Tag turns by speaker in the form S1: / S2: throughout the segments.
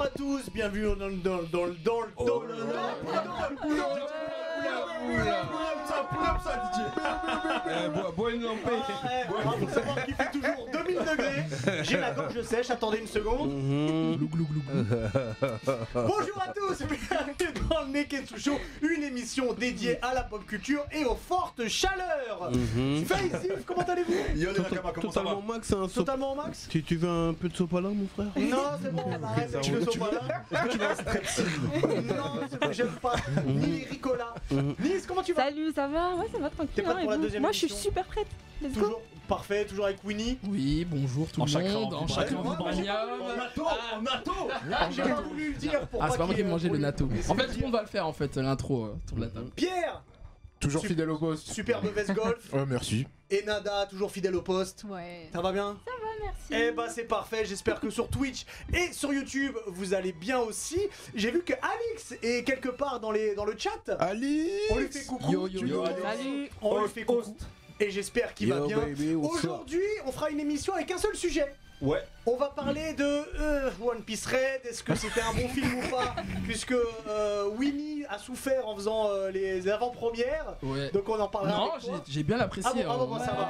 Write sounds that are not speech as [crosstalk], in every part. S1: à tous, bienvenue dans le dans le dans le dans le dans le Eh,
S2: Bois une lampée.
S1: faut savoir qu'il fait toujours 2000 degrés. J'ai la gorge sèche, attendez une seconde. Bonjour à tous, bienvenue dans le Neketsu Show, une émission dédiée à la pop culture et aux fortes chaleurs. mmh. Faisif, comment allez-vous
S3: Yo les Nakama, comment ça va
S4: Totalement max, c'est un sop.
S1: Totalement au max
S4: Tu, tu veux un peu de sopalin, mon frère
S1: Non, c'est bon, arrête, je ne suis pas là. Non, c'est bon, j'aime pas ni Ricola. Nice, comment tu vas
S5: Salut, ça va Ouais, ça va tranquille.
S1: T'es prête
S5: hein,
S1: pour
S5: et
S1: la
S5: vous
S1: deuxième
S5: Moi, je suis
S1: émission
S5: super prête. Let's go.
S1: Toujours parfait, toujours avec Winnie. Oh,
S6: Oui, bonjour tout
S3: En
S6: le
S3: chacun,
S6: monde,
S3: en
S6: en
S3: chacun.
S6: chacun. Euh,
S1: En natto, en natto Là, j'ai pas voulu le dire pour
S6: Ah,
S1: pas
S6: c'est pas moi qui
S1: qu'il,
S6: ai
S1: euh,
S6: mangé le
S1: pour
S6: natto.
S1: lui-
S6: En fait, on va le faire en fait, l'intro euh, autour de la table.
S1: Pierre
S4: Mmh.
S7: Toujours
S1: Sup-
S7: fidèle au poste.
S1: Super mauvaise golf.
S7: [laughs] Ouais, merci.
S1: Et Nada, toujours fidèle au poste.
S5: Ouais.
S1: Ça va bien
S5: Ah, Merci.
S1: Eh bah c'est parfait, j'espère que sur Twitch et sur YouTube vous allez bien aussi. J'ai vu que Alix est quelque part dans, les, dans le chat.
S7: Ali
S1: On lui fait coucou.
S6: Yo, yo,
S1: Tu
S6: yo,
S1: nous-
S6: Alix.
S5: Salut.
S1: On lui fait coucou. Et j'espère qu'il va bien. Aujourd'hui on fera une émission avec un seul sujet.
S3: Ouais.
S1: On va parler de euh, One Piece Red, est-ce que c'était un bon film ou
S3: [laughs]
S1: pas Puisque euh, Winnie a souffert en faisant euh, les avant-premières.
S6: Ouais.
S1: Donc on en parlera.
S6: Non,
S1: avec toi.
S6: j'ai- j'ai bien
S1: Ah bon,
S6: apprécié.
S1: ah bon,
S6: hein.
S1: ça va.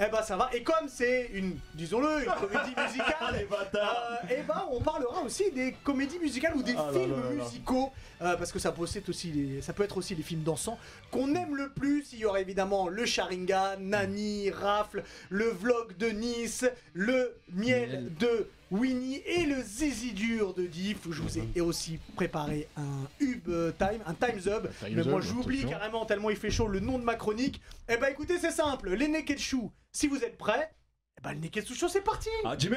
S1: Eh ben ça va. Et comme c'est une, disons-le, une
S3: [laughs]
S1: comédie musicale, euh, eh ben on parlera aussi des comédies musicales ou des
S3: Ah là
S1: films
S3: là là là.
S1: musicaux, euh, parce que ça possède aussi, les- ça peut être aussi les films dansants qu'on aime le plus. Il y aura évidemment le Sharingan, Nani, Rafle, le vlog de Nice, le miel,
S6: Miel.
S1: de Winnie et le zizi dur de Diff. Je vous ai aussi préparé un Hub euh, Time, un Times Hub.
S7: Time's
S1: Mais moi
S7: Up,
S1: j'oublie
S7: attention.
S1: carrément tellement il fait chaud le nom de ma chronique. Eh bah écoutez, c'est simple, les Neketsu, si vous êtes prêts, eh bah le Neketsu Show c'est parti
S3: Ah Jimmy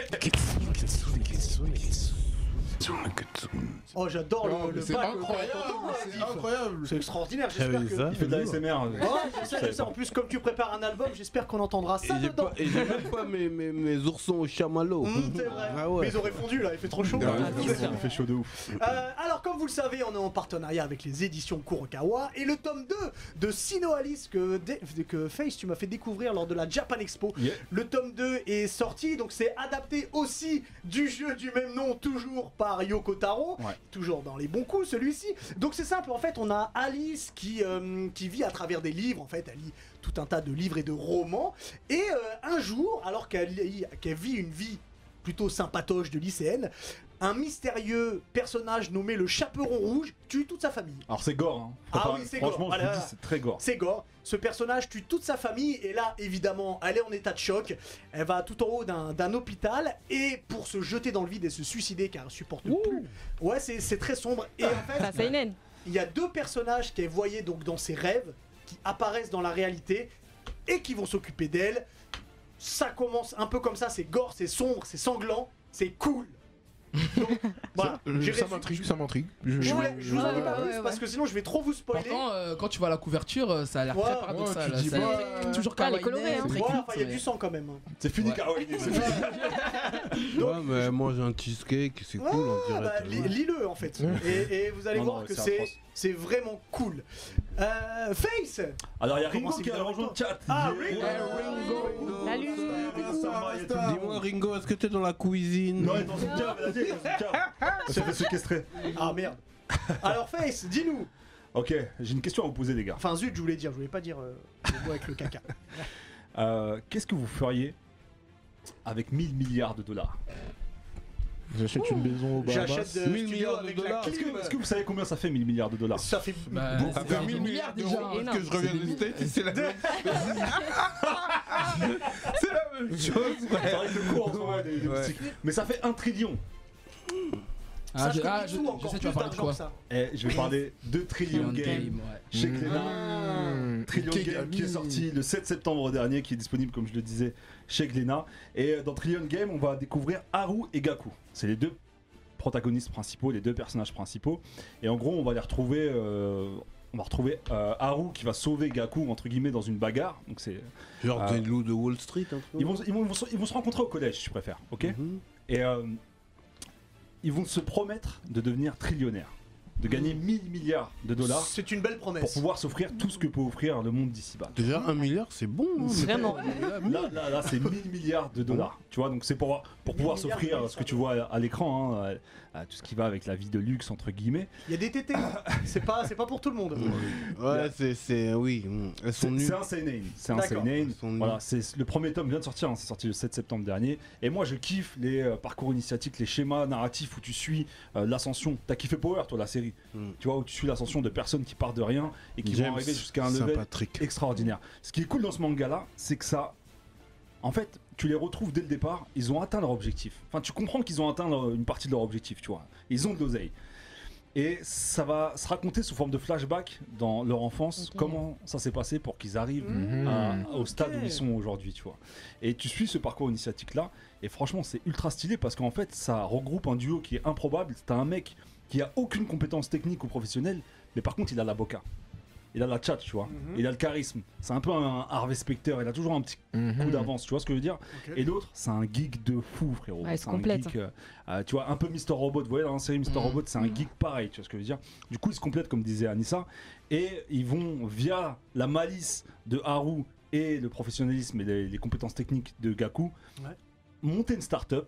S4: Ah,
S1: Oh j'adore le,
S6: Oh, mais
S1: le
S6: c'est
S1: bac,
S6: incroyable,
S1: euh, t'entends, hein,
S7: C'est
S1: Diff
S7: incroyable
S1: C'est extraordinaire, j'espère que...
S3: Il fait de la SMR.
S1: Oh, je sais, je sais, en plus comme tu prépares un album, j'espère qu'on entendra
S4: Et
S1: ça
S4: j'ai
S1: dedans
S4: pas- et j'ai même pas mes, mes, mes oursons au chamallow.
S1: Hum, c'est vrai.
S4: Ah ouais.
S1: Mais ils auraient fondu là, il fait trop chaud.
S3: Ça fait chaud de ouf.
S1: Euh, alors, comme vous le savez, on est en partenariat avec les éditions Kurokawa et le tome 2 de Sino Alice que, dé- que Face, tu m'as fait découvrir lors de la Japan Expo.
S3: Yeah.
S1: Le tome 2 est sorti, donc c'est adapté aussi du jeu du même nom, toujours par Yoko Taro,
S3: Ouais.
S1: toujours dans les bons coups celui-ci. Donc c'est simple, en fait, on a Alice qui, euh, qui vit à travers des livres, en fait, elle lit tout un tas de livres et de romans, et euh, un jour, alors qu'elle lit- qu'elle vit une vie plutôt sympatoche de lycéenne, un mystérieux personnage nommé le Chaperon Rouge tue toute sa famille.
S3: Alors c'est gore. Hein.
S1: Ah
S3: Enfin,
S1: oui, c'est gore.
S3: Franchement, je
S1: Voilà.
S3: vous dis, c'est très gore.
S1: C'est gore. Ce personnage tue toute sa famille et là, évidemment, elle est en état de choc. Elle va tout en haut d'un d'un hôpital et pour se jeter dans le vide et se suicider car elle supporte plus. Ouais, c'est c'est très sombre. Et en
S5: Ça,
S1: fait,
S5: c'est Nen.
S1: il y a deux personnages qu'elle voyait donc dans ses rêves qui apparaissent dans la réalité et qui vont s'occuper d'elle. Ça commence un peu comme ça, c'est gore, c'est sombre, c'est sanglant, c'est
S3: [laughs]
S1: cool. Donc, voilà,
S7: Euh,
S1: j'ai
S7: Ça
S1: résumé.
S7: m'intrigue, ça m'intrigue. Je-
S1: Je,
S7: je-
S1: voulais- je vous en dis
S5: ouais,
S1: pas
S5: ouais,
S1: plus
S5: ouais.
S1: parce que sinon je vais trop vous spoiler.
S6: Pourtant, euh, quand tu vois la couverture, euh, ça a l'air
S1: Ouais,
S6: très
S1: ouais,
S6: paradoxal.
S7: tu te dis,
S6: ça a l'air
S7: ouais.
S6: très- toujours
S5: Ah, elle est
S6: kawaii,
S5: colorée, hein.
S6: très
S1: Voilà,
S6: cute,
S1: enfin, il y a
S6: mais-
S1: du sang quand même. hein.
S3: C'est fini
S6: Ouais.
S3: Caroline. [laughs] c'est fini.
S4: ouais, mais elle mange un cheesecake, c'est
S1: Ouais,
S4: cool, on dirait.
S1: bah,
S4: Ah tu
S1: li-
S4: vois.
S1: Lis-le en fait. et, et vous allez
S3: Non,
S1: voir
S3: non,
S1: que
S3: c'est
S1: c'est
S3: atroce.
S1: c'est vraiment cool. Euh, Face
S3: Alors il y a
S1: Comment
S3: Ringo
S1: c'est
S3: qui a
S1: bizarre.
S3: rejoint le chat.
S1: Ah,
S3: Yeah.
S1: Ringo.
S5: Salut.
S4: Dis-moi, Ringo, est-ce que t'es dans la cuisine
S3: Non, il est dans une cave, vas-y, il est dans une cave. [laughs] Il s'est fait séquestrer.
S1: Ah merde. Alors Face, dis-nous.
S3: Ok, j'ai une question à vous poser, les gars.
S1: Enfin zut, je voulais dire, je voulais pas dire euh, le mot avec le caca.
S3: Euh, Qu'est-ce que vous feriez avec 1000 milliards de dollars
S7: J'achète une maison au Bahamas.
S1: J'achète de studio
S4: 1000 milliards de
S1: avec la
S4: dollars.
S3: Est-ce
S1: clim.
S3: que, est-ce que vous savez combien ça fait 1000 milliards de dollars
S1: Ça fait
S6: Bah,
S1: beaucoup.
S6: ça fait un milliard déjà.
S5: C'est énorme.
S4: je reviens des States et c'est [laughs] la même C'est la [laughs] même chose,
S3: C'est vrai que le cours en ce moment, des- des
S4: Ouais.
S3: boutiques. Mais ça fait un trillion.
S6: Ah, je-
S1: ça
S6: ah,
S1: ah,
S6: je-
S1: tout,
S6: je
S1: encore
S6: sais, tu
S1: plus
S6: vas parler de
S1: d'argent
S6: quoi
S1: que ça.
S3: Eh, je vais parler de Trillion
S6: Million
S3: Game. Mm.
S6: Game, ouais. Ah,
S3: Chez Glénat.
S1: Ah.
S7: Mmh.
S3: Trillion Game
S7: Kegami.
S3: qui est sorti le 7 septembre dernier, qui est disponible comme je le disais chez Glénat. Et euh, dans Trillion Game, on va découvrir Haru et Gaku. C'est les deux protagonistes principaux, les deux personnages principaux. Et en gros, on va les retrouver. euh, on va retrouver euh, Haru qui va sauver Gaku entre guillemets dans une bagarre. Donc c'est
S4: Genre
S3: Ah.
S4: des loups de Wall Street, un
S3: ils vont, ils, vont, ils vont se- ils vont se rencontrer au collège, je préfère.
S4: Mhm.
S3: Ok. Et euh, ils vont se promettre de devenir trillionnaires. de gagner 1000 milliards de dollars
S1: C'est une belle
S3: pour
S1: promesse.
S3: pouvoir s'offrir tout ce que peut offrir le monde d'ici bas.
S4: Déjà, un milliard, c'est bon. hein, mais-
S8: Vraiment.
S3: Là, là, là, c'est 1000 milliards de dollars. Tu vois, donc c'est pour, pour
S1: 1000 milliards,
S3: pouvoir s'offrir
S1: oui,
S3: ce
S1: ça
S3: que
S1: va.
S3: tu vois à l'écran, hein, à- à tout ce qui va avec la vie de luxe, entre guillemets.
S1: Il y a des tétés. c'est pas, c'est pas pour tout le monde.
S4: Ouais, c'est- c'est. Oui, mm, elles sont
S3: C'est
S4: nues.
S3: c'est un seinen. C'est un
S1: D'accord.
S3: seinen.
S4: Elles sont nues.
S3: Voilà, c'est le premier tome vient de sortir, hein, c'est sorti le 7 septembre dernier. Et moi, je kiffe les euh, parcours initiatiques, les schémas narratifs où tu suis euh, l'ascension. T'as kiffé Power, toi, la série.
S4: Mm.
S3: Tu vois, où tu suis l'ascension de personnes qui partent de rien et qui vont
S4: James
S3: arriver jusqu'à un level
S4: Saint-Patrick.
S3: extraordinaire. Ce qui est cool dans ce manga-là, c'est que ça. En fait, tu les retrouves dès le départ, ils ont atteint leur objectif. Enfin, tu comprends qu'ils ont atteint leur- une partie de leur objectif, tu vois. Ils ont de l'oseille. Et ça va se raconter sous forme de flashback dans leur enfance, comment ça s'est passé pour qu'ils arrivent à- au stade où ils sont aujourd'hui, tu vois. Et tu suis ce parcours initiatique là, et franchement, c'est ultra stylé parce qu'en fait, ça regroupe un duo qui est improbable. T'as un mec qui a aucune compétence technique ou professionnelle, mais par contre, il a la boca. Il a la chat, tu vois.
S1: Mmh.
S3: Mmh. Il a le charisme. C'est un peu un Harvey Specter. Il a toujours un petit
S8: Mmh.
S3: coup d'avance, tu vois ce que je veux dire.
S1: Ok.
S3: Et l'autre, c'est un geek de fou, frérot.
S8: Ouais,
S3: c'est un
S8: complète. Mmh.
S3: geek, euh, euh, tu vois, un peu Mister Robot. Vous voyez, dans la série Mister Robot, c'est un geek pareil, tu vois ce que je veux dire. Du coup, ils se complètent, comme disait Anissa. Et ils vont, via la malice de Haru et le professionnalisme et les, les compétences techniques de Gaku,
S1: Ouais.
S3: monter une start-up.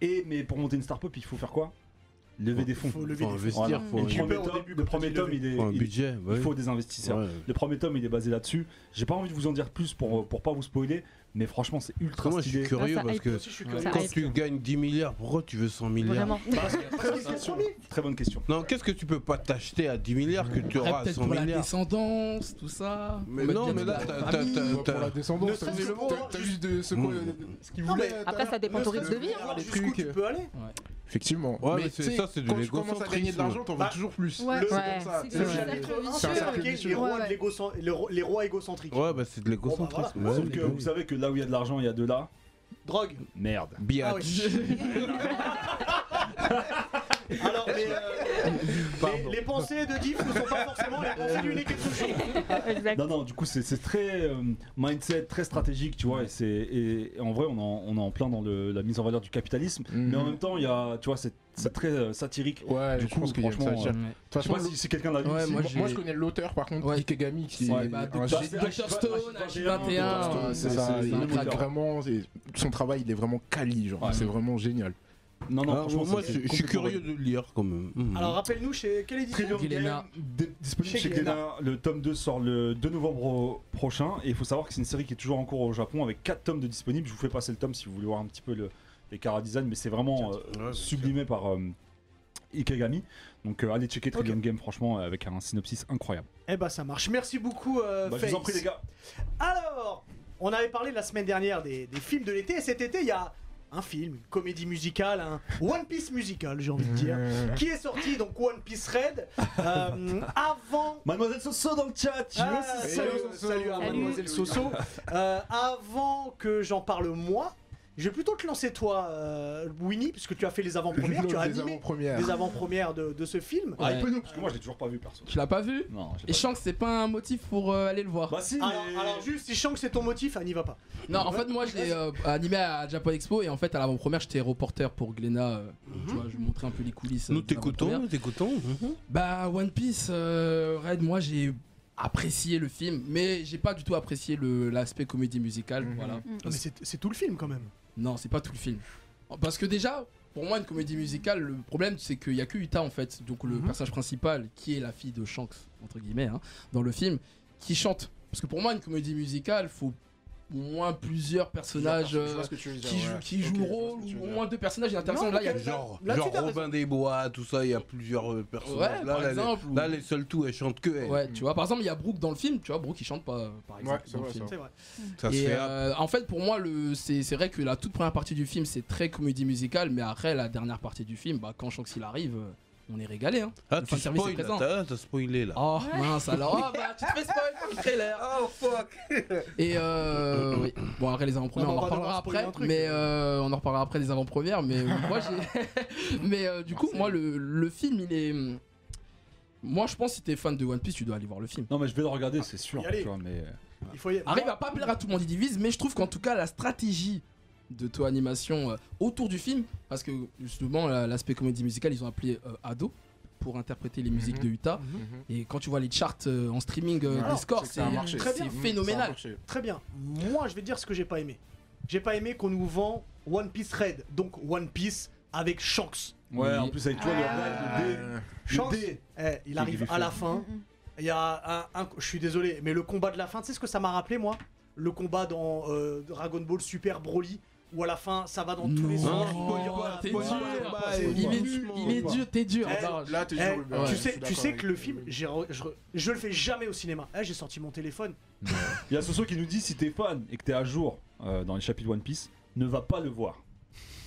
S3: Et, mais pour monter une start-up, il faut faire quoi Lever des fonds.
S1: Faut lever
S4: Faut
S1: des fonds.
S4: investir,
S3: Voilà.
S4: faut
S3: Et le
S1: J'ai
S3: premier
S1: peur au
S3: tome-
S1: début
S3: le
S1: quand
S3: premier
S1: il
S3: tome,
S1: levait.
S3: il est-
S4: Faut un
S3: il-
S4: budget.
S3: il faut des investisseurs. Le premier tome, il est basé là-dessus. J'ai pas envie de vous en dire plus pour, pour pas vous spoiler, mais franchement, c'est ultra
S4: Moi, je suis
S3: stylé.
S4: curieux
S8: Ah, ça
S4: parce
S8: hype.
S4: que.
S1: Moi aussi, je suis curieux.
S8: Ça
S4: Quand
S8: hype.
S4: tu gagnes 10 milliards, pourquoi tu veux 100 milliards
S8: Vraiment.
S5: Bah,
S1: Parce que c'est le premier.
S3: Très bonne question.
S4: Non, qu'est-ce que tu peux pas t'acheter à 10 milliards que tu
S6: Après,
S4: auras à
S6: peut-être
S4: 100
S6: pour la
S4: milliards
S6: descendance, tout ça.
S4: Mais
S6: Faut
S4: non,
S6: mettre
S4: mais
S6: bien
S4: là,
S6: tout
S4: t'as-
S6: ça.
S4: t'as-
S6: Ami.
S4: t'as-
S7: Pour la
S4: t'as-
S1: Ne
S7: descendance, t'as
S1: serait-ce
S7: vu
S1: que
S7: le
S1: pour-
S7: mot, t'as- t'as juste de ce qu'on-
S4: Mm.
S7: ce qu'il
S1: Non,
S7: voulait.
S1: mais
S7: t'as-
S8: Après, ça dépend ton
S1: Ne
S8: rythme de vie. hein.
S1: serait-ce que voir
S7: les
S1: jusqu'où
S7: trucs.
S1: tu peux aller.
S7: Effectivement.
S4: Ouais, mais c'est-
S7: tu sais,
S4: ça, c'est de
S7: quand tu commences à gagner
S4: l'égocentrisme.
S7: de l'argent, t'en veux
S1: Bah,
S7: toujours plus.
S5: ouais.
S7: C'est comme
S8: Ouais.
S7: ça.
S5: C'est
S7: Et
S5: ça.
S7: c'est-
S1: Chapitre un,
S7: C'est un
S1: c'est
S7: cercle
S1: marqué les
S7: vicieux.
S1: rois
S5: Ouais,
S1: de
S5: ouais.
S1: l'égocent- le ro- les rois égocentriques.
S4: Ouais, bah c'est de l'égocentrisme.
S1: Bon, bah, voilà.
S4: ouais.
S3: Sauf que vous savez que là où il y a de l'argent, il y a de là.
S1: Drogue.
S3: Merde.
S1: Ah
S4: Biatch.
S1: oui. Alors, les, euh, les, les pensées de Diff ne sont pas forcément les pensées du Nick et Sushi.
S8: Exact.
S3: Non, non, du coup, c'est c'est très euh, mindset, très stratégique, tu vois. Et, c'est- et, et en vrai, on, en- on est en plein dans le- la mise en valeur du capitalisme.
S7: Mhm.
S3: Mais en même temps, il y a, tu vois, c'est c'est très euh, satirique.
S7: Ouais,
S3: Du
S7: je
S3: coup,
S7: pense qu'il y a
S3: franchement,
S7: ça.
S3: euh,
S7: De toute
S3: Je sais
S7: façon,
S3: pas si, si quelqu'un l'a lu.
S6: Ouais,
S7: le-
S3: si-
S7: moi,
S6: moi,
S7: je connais l'auteur par contre,
S6: Ouais.
S7: Ikegami, qui est
S6: Ouais, bah,
S7: un
S6: Dr.
S7: génie.
S3: Dr.
S6: Stone,
S3: Dr.
S6: H21,
S3: Stone,
S6: euh,
S7: C'est ça,
S6: c'est
S7: il
S6: un
S7: il
S6: crack.
S7: est vraiment. c'est- Son travail, il est vraiment quali, genre.
S3: Ouais.
S7: C'est vraiment génial.
S3: Non, non,
S4: Ah,
S3: franchement,
S4: moi,
S3: c'est-
S4: je je suis curieux de le lire quand même. Mhm.
S1: Alors, rappelle-nous chez quelle édition
S3: Trillium
S6: Glénat.
S3: Game, dé- disponible
S1: Chez
S3: chez
S1: Glénat.
S3: Glénat. Le tome 2 sort le 2 novembre au- prochain. Et il faut savoir que c'est une série qui est toujours en cours au Japon avec 4 tomes de disponibles. Je vous fais passer le tome si vous voulez voir un petit peu le, les chara-design. Mais c'est vraiment euh,
S4: bien
S3: sublimé par euh, Ikegami. Donc euh, allez checker Trillium Game, franchement, euh, avec un synopsis incroyable.
S1: Eh bah, ça marche. Merci beaucoup, euh,
S3: Bah, je vous en prie,
S1: Face.
S3: les gars.
S1: Alors, on avait parlé la semaine dernière des, des films de l'été, et cet été, il y a un film, une comédie musicale, un One Piece musical, j'ai envie de dire,
S3: Euh.
S1: qui est sorti, donc One Piece Red, euh, avant.
S3: Mademoiselle Soso dans le chat. je
S1: Ah,
S3: veux-
S1: salut, salut à
S5: Salut.
S1: mademoiselle Soso. Euh, avant que j'en parle moi, je vais plutôt te lancer toi, euh, Winnie, puisque tu as fait les avant-premières, tu as
S7: les
S1: animé
S7: avant-premières.
S1: les avant-premières de, de ce film.
S3: Ah,
S6: Ouais.
S3: il peut nous, parce que moi je l'ai toujours pas vu perso.
S6: Tu l'as pas vu
S3: Non, je l'ai
S6: Et
S3: pas
S6: je sens que c'est pas un motif pour euh, aller le voir.
S3: vu. Bah si,
S1: Alors,
S3: mais-
S1: alors juste, si je sens que c'est ton motif, ah, n'y va pas.
S6: non, en fait, moi je l'ai euh, animé à Japan Expo et en fait, à l'avant-première, j'étais reporter pour Glénat. euh,
S1: Mhm.
S6: Tu vois, je lui montrais un peu les coulisses. euh,
S4: Nous
S6: de l'avant-première.
S4: t'écoutons, nous t'écoutons. Mhm.
S6: Bah One Piece, euh, Red, moi j'ai apprécié le film, mais j'ai pas du tout apprécié le- l'aspect comédie musicale.
S7: Mhm.
S6: Voilà.
S1: Non, mais c'est c'est tout le film quand même.
S6: Non, c'est pas tout le film. Parce que déjà, pour moi, une comédie musicale, le problème c'est qu'il y a que Uta en fait, donc le
S1: Mhm.
S6: personnage principal, qui est la fille de Shanks entre guillemets, hein, dans le film, qui chante. Parce que pour moi, une comédie musicale, faut au moins plusieurs personnages.
S7: Je vois
S6: euh,
S7: ce que tu veux dire,
S6: qui, jouent
S7: ouais.
S6: qui jouent
S7: Ok,
S6: le
S7: je vois
S6: rôle,
S7: ce que tu
S6: ou
S7: veux
S6: au
S7: dire.
S6: moins deux personnages. Il y a un personnage,
S1: Non,
S6: là, il y a
S1: mais
S4: Genre,
S1: Là, tu
S4: genre
S1: t'as raison.
S4: Robin des Bois, tout ça, il y a plusieurs euh, personnages.
S6: Ouais,
S4: là,
S6: par
S4: là,
S6: exemple,
S4: les,
S6: ou-
S4: là, les seuls tout, elle chante que elle.
S6: Ouais, tu vois, par exemple, il y a Brooke dans le film, tu vois, Brooke il chante pas, euh, par exemple,
S7: c'est
S6: dans le
S7: vrai,
S6: film.
S7: ça.
S1: C'est vrai.
S4: Ça se
S6: Et
S4: fait.
S6: euh, en fait, pour moi, le, c'est, c'est vrai que la toute première partie du film, c'est très comédie musicale, mais après, la dernière partie du film, bah, quand Shanks il arrive, euh, on est régalé. Hein.
S4: ah,
S6: le
S4: tu
S6: fan service est
S4: spoil, là,
S6: présent.
S4: t'as t'as spoilé là.
S6: Oh mince, alors, ah, bah, tu te fais spoil par le
S1: [laughs]
S6: trailer. Oh fuck. Et euh, oui. Bon, après, les avant-premières,
S1: Non,
S6: on,
S1: mais
S6: en
S1: on va devoir
S6: reparlera
S1: spoiler
S6: après,
S1: un truc.
S6: mais euh, on en reparlera après des avant-premières, mais euh, moi, j'ai. [laughs] mais euh, du coup, moi, le, le film, il est. hmm, Moi, je pense que si t'es fan de One Piece, tu dois aller voir le film.
S3: Non, mais je vais le regarder, c'est sûr.
S1: Ah, Y aller.
S3: tu vois, mais... euh,
S1: Il faut y
S6: arrive à pas plaire à tout le monde, il divise, mais je trouve qu'en tout cas, la stratégie de toi animation euh, autour du film, parce que justement, la- l'aspect comédie musicale, ils ont appelé euh, Ado, pour interpréter les musiques de Utah.
S7: Mhm.
S6: Et quand tu vois les charts euh, en streaming euh,
S7: Alors,
S6: des scores,
S7: c'est que ça a marché.
S6: c'est
S1: Très
S6: c'est
S1: bien.
S6: phénoménal.
S1: Très bien. Moi, je vais dire ce que j'ai pas aimé. J'ai pas aimé qu'on nous vend One Piece Red, donc One Piece avec Shanks.
S3: Ouais,
S6: Oui.
S3: en plus avec toi, le
S1: Ah.
S3: rêve
S7: Euh,
S3: de dé-
S1: Shanks,
S3: Le dé.
S1: eh, il arrive
S3: lui
S1: à la
S3: fait.
S1: fin.
S5: Mm,
S1: Il y a un, un- je suis désolé, mais le combat de la fin, tu sais ce que ça m'a rappelé moi Le combat dans euh, Dragon Ball Super Broly, où à la fin, ça va dans tous les
S6: Non.
S1: sens.
S6: Oh,
S1: Il y aura-
S6: t'es
S1: il y aura-
S6: dur.
S1: C'est-
S6: Il est,
S2: Faut
S6: il est
S3: pas.
S6: dur, t'es dur.
S1: Eh,
S6: Barrage.
S7: Là, t'es
S1: Eh,
S7: sur Uber,
S1: tu
S7: je
S1: sais,
S7: suis
S1: tu
S7: d'accord
S1: sais
S7: avec
S1: que le
S7: toi.
S1: film, j'ai re- je, re- je le fais jamais au cinéma. Eh, j'ai sorti mon téléphone.
S3: Il y a Soso qui nous dit si t'es fan et que t'es à jour euh, dans les chapitres One Piece, ne va pas le voir.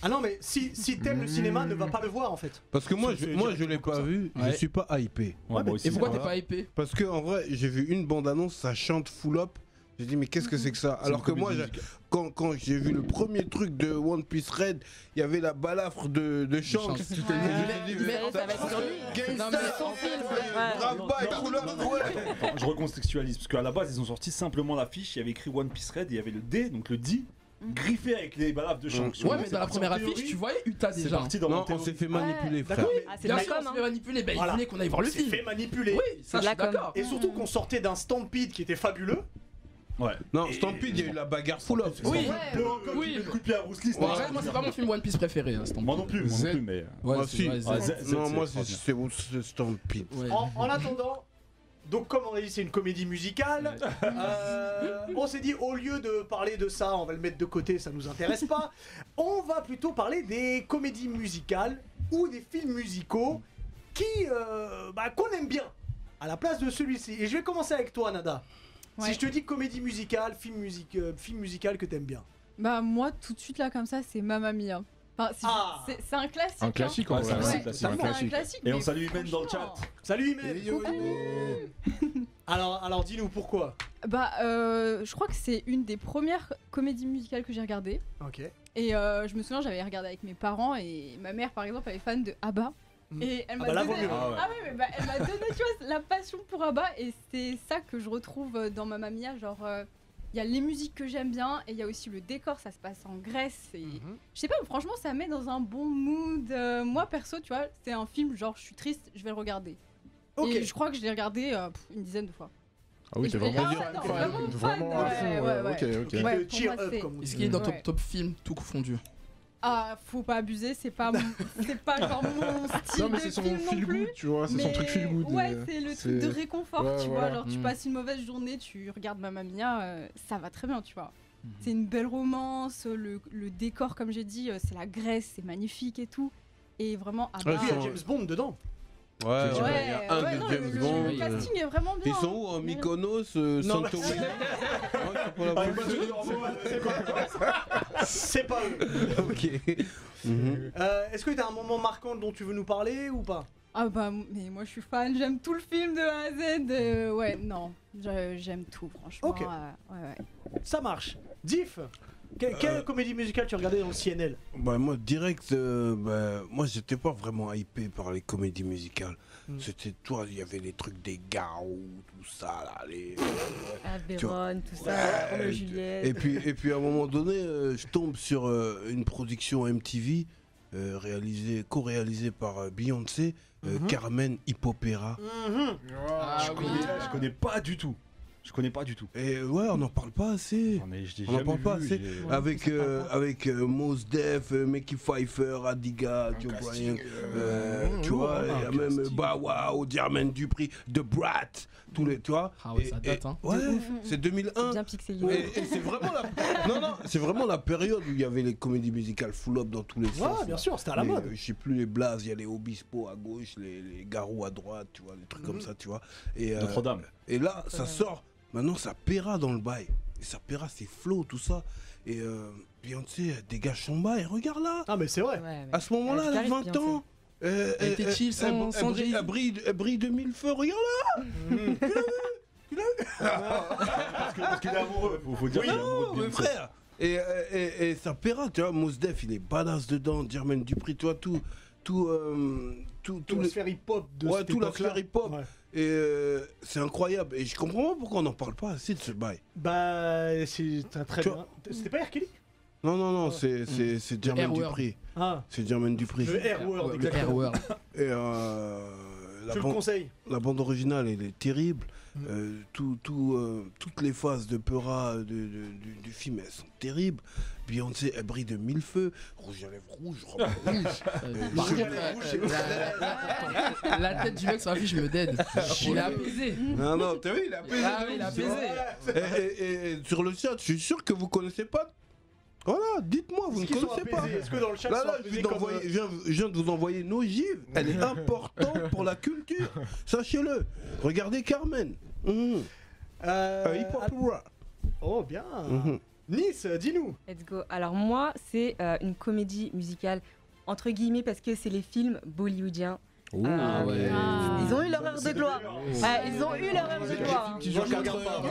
S1: Ah non, mais si, si t'aimes le cinéma, ne va pas le voir en fait.
S4: Parce que moi,
S1: Ça,
S4: je,
S1: c'est
S4: moi,
S1: direct
S4: je l'ai
S1: comme
S4: pas
S1: ça.
S4: vu, je
S6: Ouais.
S4: suis pas hypé.
S3: Ouais, moi aussi.
S6: Et pourquoi
S4: c'est
S6: t'es pas épais
S4: Parce que en vrai, j'ai vu une bande-annonce, ça chante full up. J'ai dit, mais qu'est-ce que c'est que ça Alors que moi, j'ai- quand, quand j'ai vu le premier truc de One Piece Red, il y avait la balafre de, de Shanks.
S6: Shanks.
S4: Je me suis dit,
S6: Mais-
S5: Ça va être sur lui.
S6: Non,
S4: Gangsta,
S6: mais-
S5: Son film. ouais.
S4: Grave bail, full up, ouais.
S3: Attends, je recontextualise parce qu'à la base ils ont sorti simplement l'affiche, il y avait écrit One Piece Red, et il y avait le D, donc le D
S5: Mm.
S3: griffé avec les balafres de Shanks.
S6: Ouais, mais dans la première
S3: En théorie,
S6: affiche, tu voyais Utah
S3: c'est
S6: déjà.
S3: parti dans
S4: Non,
S3: mon
S4: on s'est fait manipuler, frère.
S1: D'accord mais
S5: Ah, c'est de
S6: Bien
S5: la
S6: sûr, on
S5: com.
S6: se
S5: hein.
S6: fait manipuler. Bah,
S1: Voilà.
S6: il venait qu'on aille voir le
S1: C'est
S6: film.
S1: fait manipuler.
S6: Oui, ça,
S5: de
S6: je
S5: la
S6: suis
S5: com.
S6: d'accord.
S1: Et surtout qu'on sortait d'un stampede qui était fabuleux.
S3: Ouais.
S4: Non, Stampede, il y a eu la bagarre full up.
S6: Oui,
S3: Peu importe,
S6: Oui.
S3: tu mets le coup de pied à Bruce Lee, c'est
S6: Bon,
S3: pas
S6: après,
S3: grave.
S6: moi, c'est pas mon film One Piece préféré. hein, cet
S3: Moi
S6: enfant.
S3: non plus, moi non
S7: Z.
S3: plus, mais. euh,
S6: Ouais,
S4: Moi
S6: c'est
S4: si.
S6: vrai, c'est-
S3: Ah, Z, Z,
S4: Non,
S3: c'est
S4: moi, c'est-
S3: extraordinaire.
S4: c'est c'est Stampede.
S6: ouais.
S1: En, en attendant, donc comme on a dit, c'est une comédie musicale. euh, on s'est dit, au lieu de parler de ça, on va le mettre de côté, ça nous intéresse pas. On va plutôt parler des comédies musicales ou des films musicaux qui euh, bah, qu'on aime bien à la place de celui-ci. Et je vais commencer avec toi, Nada. Si
S5: Ouais.
S1: je te dis comédie musicale, film, musique, euh, film musical que t'aimes bien.
S5: Bah, moi, tout de suite, là, comme ça, c'est Mamma Mia. Enfin, c'est-
S1: Ah.
S5: c'est c'est un classique.
S7: Un
S5: hein.
S7: classique,
S3: Ouais,
S7: en
S3: c'est un
S7: vrai.
S5: Ouais,
S3: classique.
S5: c'est un classique.
S3: Et on
S5: mais
S3: salue Imen dans le chat.
S5: franchement,
S1: Salut Imen Alors, alors dis-nous pourquoi.
S5: Bah, euh, je crois que c'est une des premières comédies musicales que j'ai regardées.
S1: Ok.
S5: Et euh, je me souviens, j'avais regardé avec mes parents et ma mère, par exemple, elle est fan de ABBA.
S1: Mm.
S5: Et
S1: Ah
S5: elle m'a
S1: bah là, vaut
S5: donné,
S1: mieux.
S3: Ah ouais.
S5: Ah ouais, mais bah, elle m'a donné, tu vois, la passion pour ABBA et c'est ça que je retrouve euh, dans Mamma Mia. Genre, euh, il y a les musiques que j'aime bien et il y a aussi le décor. Ça se passe en Grèce. Et je sais pas, franchement, ça met dans un bon mood. Euh, moi, perso, tu vois, c'est un film genre, je suis triste, je vais le regarder.
S1: Ok.
S5: Et je crois que je l'ai regardé euh, pff, une dizaine de fois.
S7: Ah oui,
S5: Et
S7: t'es
S5: je vais-
S7: vraiment
S5: Ah,
S7: dur.
S5: non, vraiment fan,
S7: à fond,
S5: ouais, ouais, ouais.
S7: Ok,
S1: Qui
S7: ok.
S5: Ouais,
S1: te
S5: pour
S1: cheer
S5: moi,
S1: up,
S5: c'est-
S1: comme on
S6: Est-ce
S1: dit.
S6: qu'il est dans
S5: Ouais.
S6: top top film tout confondu
S5: Ah, faut pas abuser, c'est pas,
S7: [laughs]
S5: mon- c'est pas genre mon style
S7: Non, mais
S5: de
S7: c'est son
S5: film non
S7: feel
S5: plus.
S7: good, tu vois, Ah, c'est son
S5: mais-
S7: truc feel good.
S5: Ouais,
S7: euh,
S5: c'est le
S7: c'est-
S5: truc de réconfort,
S7: Ouais,
S5: tu vois.
S7: voilà.
S5: Genre, tu
S6: Mm.
S5: passes une mauvaise journée, tu regardes Mamma Mia, euh, ça va très bien, tu vois.
S6: Mhm.
S5: C'est une belle romance, le, le décor, comme j'ai dit, euh, c'est la Grèce, c'est magnifique et tout. Et vraiment, à
S4: Ouais,
S5: part-
S1: Il y a
S4: sont-
S1: James Bond dedans.
S4: Ouais,
S5: Ouais,
S4: ouais, il y a un
S5: ouais,
S4: de
S5: non,
S4: James
S5: le, le-
S4: Bond.
S5: le casting est vraiment bien.
S4: Ils sont où en
S5: Mais-
S4: Mykonos, euh,
S1: Non,
S4: Santorini
S1: mais-
S4: Ouais, c'est pour la
S3: Ah,
S4: bouffe.
S3: moi, je vais dire, c'est
S6: [laughs]
S3: pas-
S1: C'est pas eux.
S4: Ok. Mhm.
S1: Euh, Est-ce que t'as un moment marquant dont tu veux nous parler ou pas
S5: Ah bah, mais moi je suis fan, j'aime tout le film de A à Z. euh, ouais, non, je- j'aime tout, franchement.
S1: Ok.
S5: euh, ouais, ouais.
S1: Ça marche. Diff, que-
S4: Euh,
S1: quelle comédie musicale tu regardais dans le CNL
S4: Bah, moi, direct, euh, bah, moi, j'étais pas vraiment hypé par les comédies musicales.
S1: Mm.
S4: C'était toi, il y avait les trucs des garous, tout ça, là, les... euh, Tu
S8: Aveyron, Ah, tout ça,
S4: Ouais,
S8: Roméo et
S4: et-
S8: Juliette.
S4: Et puis, et puis à un moment donné, euh, je tombe sur euh, une production MTV euh, réalisée, co-réalisée par euh, Beyoncé, euh,
S8: Mm-hmm.
S1: Mhm.
S4: Carmen Hippopéra.
S8: Mm.
S6: Ah
S3: Je
S6: oui.
S3: connais- je connais pas du tout. Je connais pas du tout.
S4: Et ouais, on n'en parle pas assez.
S3: J'en ai- je l'ai
S4: On en
S3: jamais
S4: parle pas
S3: vu,
S4: assez.
S3: j'ai-
S4: Avec, euh, avec euh, Mos Def, euh, Mickey Pfeiffer, Adiga, Joe Bryan, euh,
S7: Mmh,
S4: tu
S7: lourd,
S4: vois,
S7: hein,
S4: il y a
S7: un
S4: même
S7: casting.
S4: Bah Wow, Diarmen Dupri, The Brat, tous les, tu vois.
S6: Ah ouais, ça date, hein.
S4: Ouais,
S5: De ouf.
S4: c'est 2001.
S8: Bien pixelisé.
S4: Et, et c'est vraiment la [laughs] non non c'est vraiment la période où il y avait les comédies musicales full up dans tous les sens.
S1: Ouais, bien
S4: là.
S1: sûr, c'était à la
S4: Les- euh,
S1: mode.
S4: Je sais plus les blazes, il y a les Obispo à gauche, les, les garous à droite, tu vois, des trucs comme
S1: Mhm.
S4: ça, tu vois. Et, euh,
S3: Notre-Dame.
S4: et là, ça sort. Maintenant, ça paiera dans le bail. Et ça paiera, c'est flow, tout ça. Et euh, Beyoncé, elle dégage son bail. Regarde là.
S1: Ah, mais c'est vrai.
S8: Ouais, ouais.
S4: À ce moment-là,
S8: Elle
S4: elle a
S8: caresse
S4: 20 ans. Euh,
S6: Elle était chill, sans-
S4: elle- elle
S6: sans
S4: brille-
S6: Jay-Z.
S4: elle brille, elle brille de mille feux. Regarde là.
S3: Parce que- parce qu'il est amoureux, faut, faut dire qu'il est amoureux
S4: Non,
S3: de
S4: mais
S3: Beyoncé.
S4: frère. Et, euh, et- et ça paiera, tu vois. Mos Def, il est badass dedans. Jermaine Dupri, toi, tout. Tout. euh, tout,
S1: Tout
S4: tout
S1: la
S4: le-
S1: sphère hip-hop de
S4: Ouais,
S1: cette
S4: tout la
S1: époque-là.
S4: sphère hip-hop.
S1: Ouais.
S4: Et euh, c'est incroyable. Et je comprends pas pourquoi on n'en parle pas assez de ce bail.
S1: Bah, c'est un très
S4: Tu
S1: bien. C'était pas R. Kelly
S4: Non, non, non,
S1: Ouais.
S4: c'est c'est- c'est Jermaine
S6: R-word.
S4: Dupri.
S1: Ah,
S4: C'est Jermaine Dupri.
S1: le R-word,
S6: Le
S1: exactement.
S6: R-Word.
S4: Et, euh, la,
S1: Je le
S4: bande-
S1: conseille.
S4: la bande originale, elle est terrible.
S1: Mm.
S4: Euh, tout, tout, euh, toutes les phases de Peura de- de- du, du film, elles sont terribles. Beyoncé, elle brille de mille feux. Rouge à lèvres rouge, robe rouge.
S8: [laughs]
S6: Euh,
S4: Rouge
S1: à
S6: euh,
S1: lèvres rouge,
S6: euh,
S1: c'est
S6: la- la- la tête du mec sur l'affiche me dead. Il a apaisé.
S4: Non, non, t'as vu, il a pesé.
S6: Ah oui, il a apaisé.
S4: Et, et- et sur le chat, je suis sûr que vous connaissez pas. Voilà, dites-moi,
S1: Est-ce
S4: vous ne
S1: qu'ils sont
S4: connaissez pas. Bah
S1: apaisés Est-ce que dans le chat,
S4: Là,
S1: ils sont
S4: là, je,
S1: apaisés
S4: viens
S1: comme,
S4: d'envoyer-
S1: euh,
S4: je viens- je viens de vous envoyer une ogive. Elle
S1: [laughs]
S4: est importante pour la culture. Sachez-le. Regardez Carmen. Mhm.
S1: euh,
S4: Un hip-hop opera.
S1: Oh, bien.
S4: Mhm.
S1: Nice, dis-nous.
S8: Let's go. Alors moi, c'est euh, une comédie musicale entre guillemets parce que c'est les films bollywoodiens. Euh,
S6: Ah ouais.
S5: Ah.
S8: Ils ont eu leur heure de gloire.
S3: Oh,
S8: Ah, ils ont eu leur heure de
S1: J'ai-
S8: gloire.
S1: j'ai- Moi, je regarde pas.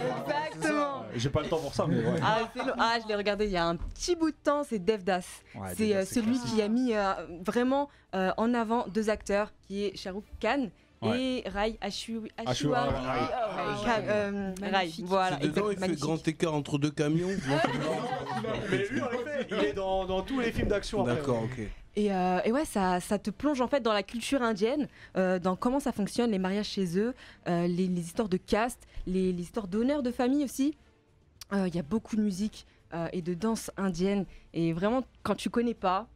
S8: Exactement.
S3: J'ai pas le temps pour ça, mais ouais.
S8: Ah, c'est long. Ah, je l'ai regardé il y a un petit bout de temps, c'est Devdas.
S3: Ouais,
S8: c'est
S3: déjà,
S8: euh, celui
S5: classe.
S8: qui a mis euh, vraiment euh, en avant deux acteurs, qui est Shahrukh Khan et Rai Ashwari.
S3: Ashwari.
S8: Khan, euh, Rai,
S5: Magnifique.
S8: voilà.
S4: Dedans,
S8: exact,
S4: il fait
S8: magnifique.
S4: grand écart entre deux
S8: [laughs]
S4: camions. Non, c'est
S1: Mais lui, en effet, il est dans, dans tous les films d'action.
S4: pas-
S1: après.
S4: D'accord, ok.
S8: Et, euh, et ouais, ça, ça te plonge en fait dans la culture indienne, euh, dans comment ça fonctionne, les mariages chez eux, euh, les, les histoires de caste, les, les histoires d'honneur de famille aussi. Euh, Il y a beaucoup de musique euh, et de danse indienne. Et vraiment, quand tu connais pas,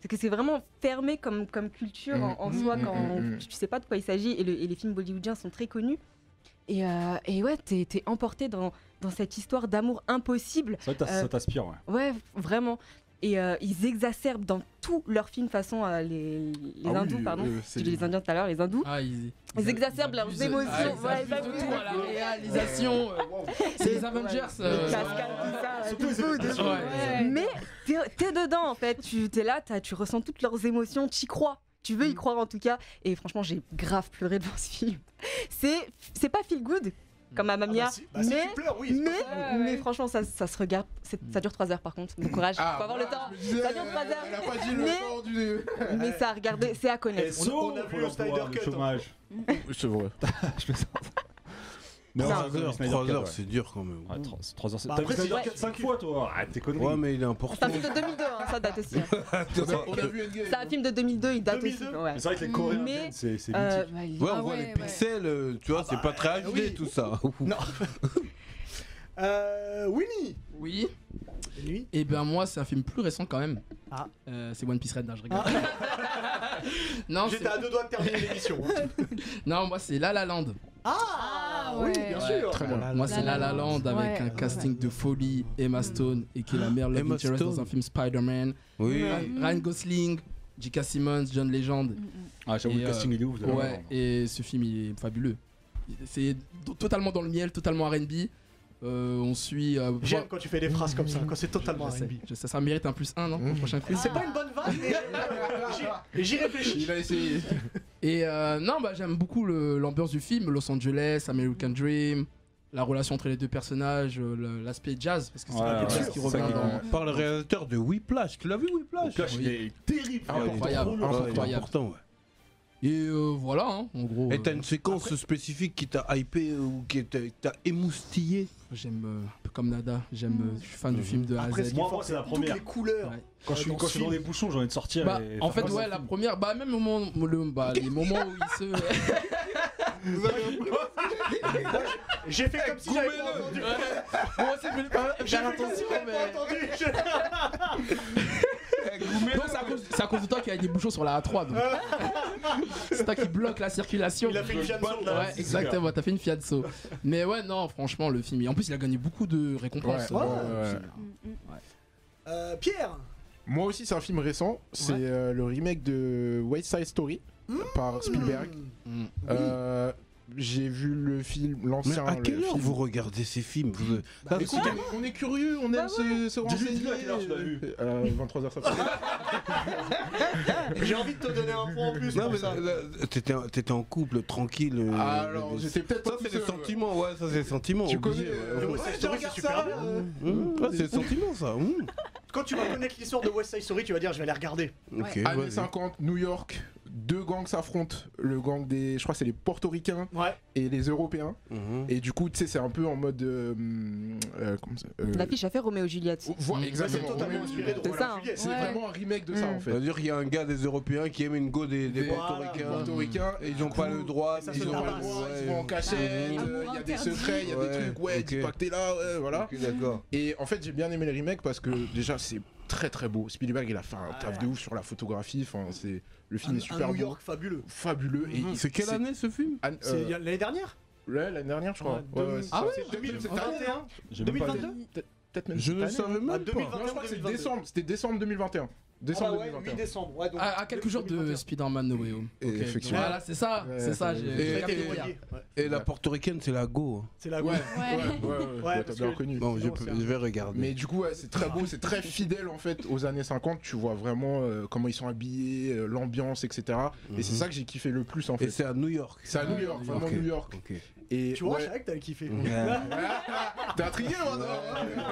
S8: c'est que c'est vraiment fermé comme, comme culture en, en
S6: Mhm.
S8: soi,
S6: Mhm.
S8: quand
S7: Mhm.
S8: tu, tu sais pas de quoi il s'agit. Et, le- et les films bollywoodiens sont très connus. Et, euh, et ouais, t'es t'es emporté dans, dans cette histoire d'amour impossible
S3: C'est vrai que t'as-
S8: Euh,
S3: ça t'aspire, ouais.
S8: Ouais, v- vraiment. Et euh, ils exacerbent dans tous leurs films, façon euh, les, les
S7: Ah oui,
S8: hindous, pardon.
S7: euh,
S8: J'ai
S7: c'est-
S8: dit les indiens tout à l'heure, les hindous.
S6: Ah, ils,
S8: Ils exacerbent leurs
S6: abusent-
S8: émotions,
S6: ah, ils
S8: ouais,
S6: abusent
S8: ils
S6: de
S8: abusent.
S6: tout à la réalisation. euh, wow. C'est les Avengers. euh,
S8: Les cascades, tout ça, ouais, tout le monde.
S6: Ouais.
S8: Mais t'es t'es dedans en fait, tu t'es là, t'as- tu ressens toutes leurs émotions, t'y crois. Tu veux y croire en tout cas. Et franchement, j'ai grave pleuré devant ce film. C'est c'est pas feel good comme à
S1: Ah,
S8: Mamia,
S1: bah, si- bah, si
S8: mais
S1: tu pleures, oui.
S8: mais,
S5: Ouais, ouais.
S8: mais franchement, ça, ça se regarde. C'est- Ça dure 3 heures par contre. Bon courage,
S4: Ah,
S8: faut avoir le temps. Ça dure 3
S7: Elle a
S8: heures.
S7: pas dit le
S8: Mais-
S7: temps du.
S8: Mais ça, regardez, c'est à connaître.
S1: on- on a vu le Snyder Cut, hein.
S3: chômage.
S7: C'est vrai.
S3: Je plaisante. Non,
S4: Trois
S3: c'est vrai,
S4: heures,
S3: Snyder
S4: trois
S3: Cut,
S4: heures,
S3: ouais. Ah,
S4: c'est dur quand même.
S3: Ouais, 3 heures, c'est.
S1: Bah,
S3: T'as vu
S1: après,
S3: Snyder
S8: c'est-
S3: Cut 5 fois, toi Arrête tes conneries.
S4: Ouais, mais il est
S8: C'est
S4: important.
S8: un film de 2002, hein, ça date aussi. hein.
S7: On a- on a vu Endgame.
S8: [laughs]
S7: hein
S8: C'est un film de 2002, il date
S1: 2002.
S8: aussi. Ouais.
S3: Mais c'est vrai que les Coréens,
S8: Mais-
S3: Ken, c'est c'est
S8: Euh,
S3: mythique.
S4: Ouais,
S5: Ah
S4: on voit
S5: ouais,
S4: les
S5: ouais.
S4: pixels, euh, tu vois, c'est pas très HD
S1: oui.
S4: tout ça.
S1: Non. Euh, Winnie.
S6: Oui.
S1: Lui.
S6: Et ben moi, c'est un film plus récent quand même.
S1: Ah.
S6: Euh, c'est One Piece Red, non, je rigole. [laughs] non, c'est-
S1: J'étais à deux doigts de terminer l'émission. hein.
S6: non, moi c'est La La Land.
S1: [laughs] Ah,
S5: Ah,
S1: oui,
S5: ouais.
S1: bien
S6: Ouais,
S1: sûr.
S7: Très bon.
S6: Moi c'est La
S5: La
S6: La Land
S5: Ouais.
S6: avec un casting de folie, Emma Stone et qui est la meilleure love
S4: Emma
S6: interest dans
S4: Stone.
S6: un film Spider-Man,
S4: Oui.
S6: Ryan- Ryan Gosling, J.K. Simmons, John Legend.
S3: Ah, j'avoue,
S6: Et,
S3: le
S6: euh,
S3: casting il est ouf. de la
S6: Ouais,
S3: merde.
S6: et ce film il est fabuleux. C'est do- totalement dans le miel, totalement RB. Euh, on suit. euh,
S1: J'aime
S6: bon,
S1: quand tu fais des phrases comme ça, quand c'est totalement
S6: je sais,
S1: R&B.
S6: je sais, ça mérite un plus 1 non pour
S3: Mm.
S6: le prochain quiz.
S1: C'est pas une bonne vanne, [laughs] mais j'y- j'y réfléchis.
S7: Il
S3: [laughs]
S7: a essayé.
S6: Et euh, non, bah, j'aime beaucoup le- l'ambiance du film, Los Angeles, American Dream, la relation entre les deux personnages, euh, le- l'aspect jazz, parce que c'est
S3: Ouais,
S6: un peu
S3: ouais,
S6: jazz qui
S3: c'est ça
S6: revient
S3: qui est
S6: dans.
S4: Par le réalisateur de Whiplash, tu l'as vu
S3: Le
S4: Whiplash
S3: clash, il est terrible.
S7: Ah,
S3: frère.
S7: ouais,
S6: Incroyable,
S4: Ouais, il est
S6: incroyable.
S4: important, ouais.
S6: Et euh, voilà, hein, en gros.
S4: Et t'as
S6: euh,
S4: une séquence spécifique qui t'a hypé euh, ou qui t'a t'a émoustillé
S6: J'aime euh, un peu comme Nada, j'aime, euh, je suis
S3: Mm.
S6: fan du film de A à
S1: Après,
S6: Z.
S1: ce qui est
S3: Moi,
S1: fort,
S3: moi, c'est la
S1: toutes
S3: première.
S1: les couleurs.
S6: Ouais.
S3: Quand je suis
S1: Dans ce
S3: quand je suis dans
S1: film.
S3: les bouchons, j'ai envie de sortir.
S6: Bah,
S3: et
S6: en
S3: faire
S6: fait,
S3: passer
S6: ouais,
S3: le
S6: la
S3: film.
S6: première, bah, même au moment, le, bah, les moments où il se.
S1: J'ai fait comme si j'avais pas entendu.
S6: Bon, [laughs] c'est venu par-
S1: J'ai
S6: faire
S1: fait comme si
S6: attention,
S1: j'avais pas
S6: mais.
S1: entendu.
S6: Non, c'est à cause- c'est à cause de toi qu'il y a des bouchons sur la A3. donc. c'est toi qui bloque la circulation.
S1: Il a fait une fianso.
S3: là.
S6: Ouais,
S3: c'est
S6: exactement, t'as fait une fianso. Mais ouais, non, franchement, le film. et En plus, il a gagné beaucoup de récompenses.
S1: Ouais,
S6: Euh,
S7: ouais, ouais.
S1: [laughs]
S5: Mm,
S1: Euh, Pierre.
S7: Moi aussi, c'est un film récent. C'est euh, le remake de West Side Story par Spielberg.
S6: Mm.
S7: Euh, J'ai vu le film,
S4: Mais
S7: l'ancien.
S4: à
S7: le
S4: quelle heure
S7: film.
S4: vous regardez ces films vous-
S7: Bah, écoute, on est curieux, on aime se, se
S3: Dis-lui,
S7: renseigner.
S3: dis-lui à quelle heure tu l'as vu.
S7: Euh, 23h50.
S1: [laughs] J'ai envie de te donner un point en plus.
S4: Non,
S1: pour
S4: mais
S1: ça.
S4: là, là, t'étais t'étais en couple, tranquille. euh,
S7: Ah, Alors,
S4: mais-
S7: j'étais peut-être
S4: Ça,
S7: pas
S4: c'est
S7: tout
S4: les
S7: seul.
S4: sentiments, ouais, ça, c'est les sentiments.
S7: Tu
S4: obligé,
S7: connais.
S4: ouais.
S7: euh,
S1: Le West Side Story, c'est super bien.
S4: Mmh, ouais, c'est les sentiments, ça. mmh.
S7: Ah,
S1: Quand tu vas connaître l'histoire de West Side Story, tu vas dire je vais aller regarder.
S4: Ok,
S7: Années
S4: vas-y.
S7: 50, Euh, New York, deux gangs s'affrontent. Le gang des, je crois, que c'est les portoricains
S1: Ouais.
S7: et les européens.
S4: mmh.
S7: Et du coup, tu sais, c'est un peu en mode. euh, hum, euh, comment ça euh,
S8: L'affiche a fait Roméo et Juliette.
S7: vo-
S6: Ouais, c'est
S7: exactement.
S1: totalement
S7: Roméo et
S1: inspiré de
S7: Juliette.
S8: C'est
S1: Roméo et
S8: ça, hein.
S1: Juliette.
S7: C'est
S5: Ouais.
S7: vraiment un remake de ça
S5: Mm.
S7: en fait.
S4: C'est-à-dire qu'il y a un gars des Européens qui aime une go des, des
S6: Des-
S4: Portoricains.
S6: Voilà.
S7: Portoricains et
S4: Ils n'ont pas le droit,
S1: Et ça
S4: mais
S1: se
S4: ils ont
S1: tabasse.
S7: pas le droit, ils vont en cachette, euh, il
S1: Ah,
S5: Amour
S7: y a des
S5: interdit.
S7: secrets, il y a des
S4: Ouais,
S7: trucs, ouais, dis
S4: ok.
S7: pas que t'es là, ouais, voilà.
S4: Ok, d'accord.
S7: Et en fait, j'ai bien aimé les remakes parce que déjà, c'est très très beau. Spielberg, il a fait un
S1: Ah, Ouais.
S7: taf de ouf sur la photographie. Enfin, c'est le film est
S1: Un,
S7: super
S1: un
S7: beau,
S1: New York fabuleux.
S7: fabuleux. Et
S1: Mhm.
S7: il-
S6: C'est quelle année ce film
S7: Anne-
S1: C'est
S7: euh,
S1: y a- l'année dernière
S7: ouais, l'année dernière, je crois.
S1: Ouais,
S7: Ouais, ouais,
S1: deux-
S7: c'est
S6: Ah
S7: ça.
S6: ouais,
S7: C'est 2000, c'est-
S1: 2021
S3: J'ai même pas-
S1: 2022
S7: peut-être même
S4: Je
S7: cette
S4: ne
S7: année. hein.
S4: savais
S1: Ah,
S4: même pas.
S1: 2021,
S7: Non, je crois que c'est
S1: 2022.
S7: décembre, c'était décembre 2021. Décembre
S1: ah bah ouais,
S7: 2021.
S1: 8 décembre. Ouais, donc,
S6: à, à quelques jours de
S1: 2021.
S6: Spider-Man No Way Home.
S4: Et
S6: Ok, donc
S4: effectivement.
S6: Voilà, c'est ça,
S7: Ouais,
S6: c'est ça.
S7: c'est-
S6: j'ai-
S4: Et-
S6: j'ai
S1: Très
S6: capté
S1: témoigné,
S6: hier.
S1: ouais.
S4: Et Eh, la portoricaine, c'est la go. hein.
S1: C'est la
S7: Ouais, ouais,
S1: gauche.
S7: ouais, ouais, ouais,
S1: Ouais,
S7: t'as
S1: parce
S7: bien
S1: que-
S7: reconnu.
S4: Bon, je,
S1: Non,
S4: peux-
S1: c'est un-
S4: je vais regarder.
S7: Mais du coup, ouais, c'est très beau, c'est très fidèle en fait aux années 50. Tu vois vraiment euh, comment ils sont habillés, euh, l'ambiance, etc. Et c'est
S4: Mhm.
S7: ça que j'ai kiffé le plus en
S4: Et
S7: fait.
S4: c'est à New York.
S7: C'est à New York, vraiment
S4: Ok.
S7: New York.
S4: Ok.
S7: Et
S1: Tu vois,
S7: ouais.
S1: je savais que t'avais kiffé.
S7: T'es intrigué, moi, non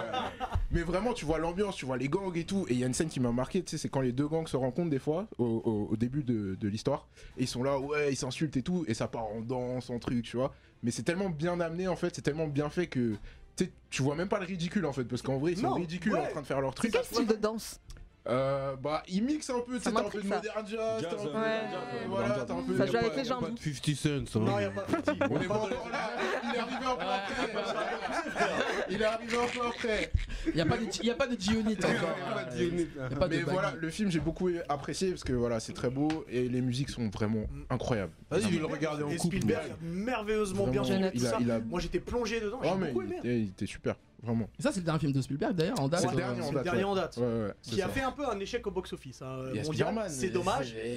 S7: Mais vraiment, tu vois l'ambiance, tu vois les gangs et tout. Et il y a une scène qui m'a marqué, tu sais, c'est quand les deux gangs se rencontrent des fois, au, au- au début de, de l'histoire. Et ils sont là, ouais, ils s'insultent et tout. Et ça part en danse, en truc, tu vois. Mais c'est tellement bien amené, en fait, c'est tellement bien fait que. tu sais, Tu vois même pas le ridicule en fait, parce qu'en vrai ils sont
S1: Non,
S7: ridicules
S1: ouais.
S7: en train de faire leur truc.
S8: C'est quel style de danse
S7: Euh, bah, ils mixent un peu, tu sais,
S8: Ça
S7: t'as un peu
S8: m'intrigue,
S7: de
S8: ça.
S7: modern jazz,
S3: Jazz,
S7: t'as un peu-
S3: euh,
S8: Ouais.
S7: voilà, t'as un peu.
S8: Ça
S7: y a
S8: joue avec
S7: pas-
S8: les
S7: y a
S8: jambes.
S7: pas de-
S4: 50 Cent. hein.
S1: Non, y a pas.
S7: On est pas encore là, il est arrivé un peu après. Il est arrivé un peu après.
S6: Il n'y a pas de, il y a pas de Gionites encore. hein. Il y a euh, pas de
S7: Mais
S6: bagues.
S7: voilà, le film j'ai beaucoup apprécié parce que voilà, c'est très beau et les musiques sont vraiment
S1: Mm.
S7: incroyables.
S4: Vas-y, je vais le regarder en
S1: Et
S4: couple.
S1: Spielberg a merveilleusement bien
S7: Vraiment,
S1: joué tout
S7: il
S1: ça.
S7: a, il a...
S1: Moi j'étais plongé dedans, j'ai
S7: Oh, mais
S1: beaucoup
S7: il
S1: aimé.
S7: était, il était super, vraiment.
S6: Et ça, c'est le dernier film de Spielberg d'ailleurs, en date.
S7: C'est
S6: euh,
S7: le dernier
S1: C'est
S7: en
S1: le
S7: date.
S1: dernier
S7: ouais.
S1: en date.
S7: Ouais, ouais, c'est
S1: Qui a
S7: ça.
S1: fait un peu un échec au box-office hein,
S7: Il y
S1: mondial,
S7: a Spider-Man,
S1: c'est
S7: mais-
S1: dommage.
S7: Ouais.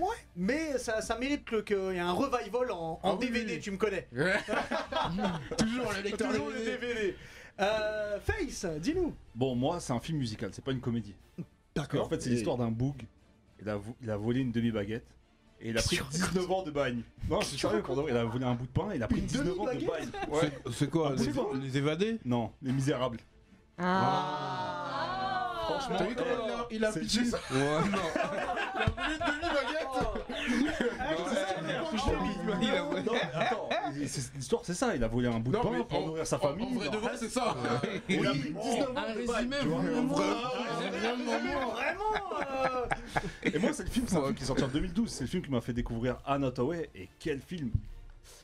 S1: Ouais, mais ça, ça mérite que- qu'il y a un revival en, en
S7: Ah oui,
S1: DVD,
S7: oui.
S1: tu me connais.
S7: Toujours le lecteur
S1: Toujours le
S7: DVD.
S1: DVD. Euh, Face, dis-nous.
S3: Bon, moi, c'est un film musical, c'est pas une comédie. En fait, c'est
S7: Et-
S3: l'histoire d'un boug. Il a, vo- il a volé une demi-baguette. Et il a pris 19 ans de bagne. Non, c'est sérieux, pardon. Il a volé un bout de pain et il a pris
S1: Une
S3: 19 ans de bagne.
S1: demi-baguette
S3: Ouais.
S4: C'est quoi
S3: Ah, c'est bon.
S4: les, les évadés
S3: Non, les misérables.
S8: Ah,
S1: Ah.
S3: Franchement,
S7: T'as vu
S1: Oh.
S7: comment
S1: euh,
S3: eh,
S7: il a- il a
S3: c'est
S7: pitché
S3: juste-
S7: ça
S4: Ouais, non.
S1: Il a
S3: Non, mais attends, et c'est- l'histoire c'est ça, il a volé un bout de
S7: Non,
S3: pain
S7: mais
S3: pour
S7: en-
S3: nourrir sa
S7: En
S3: famille.
S7: vrai de
S3: non.
S7: vrai, c'est ça.
S3: Il a pris 19 ans
S6: Un
S3: de bagne,
S6: résumé
S3: tu vois.
S6: vraiment.
S1: Vraiment, euh,
S3: Et moi, c'est le film, c'est un film qui est sorti en 2012. C'est le film qui m'a fait découvrir Anne Hathaway. Et quel film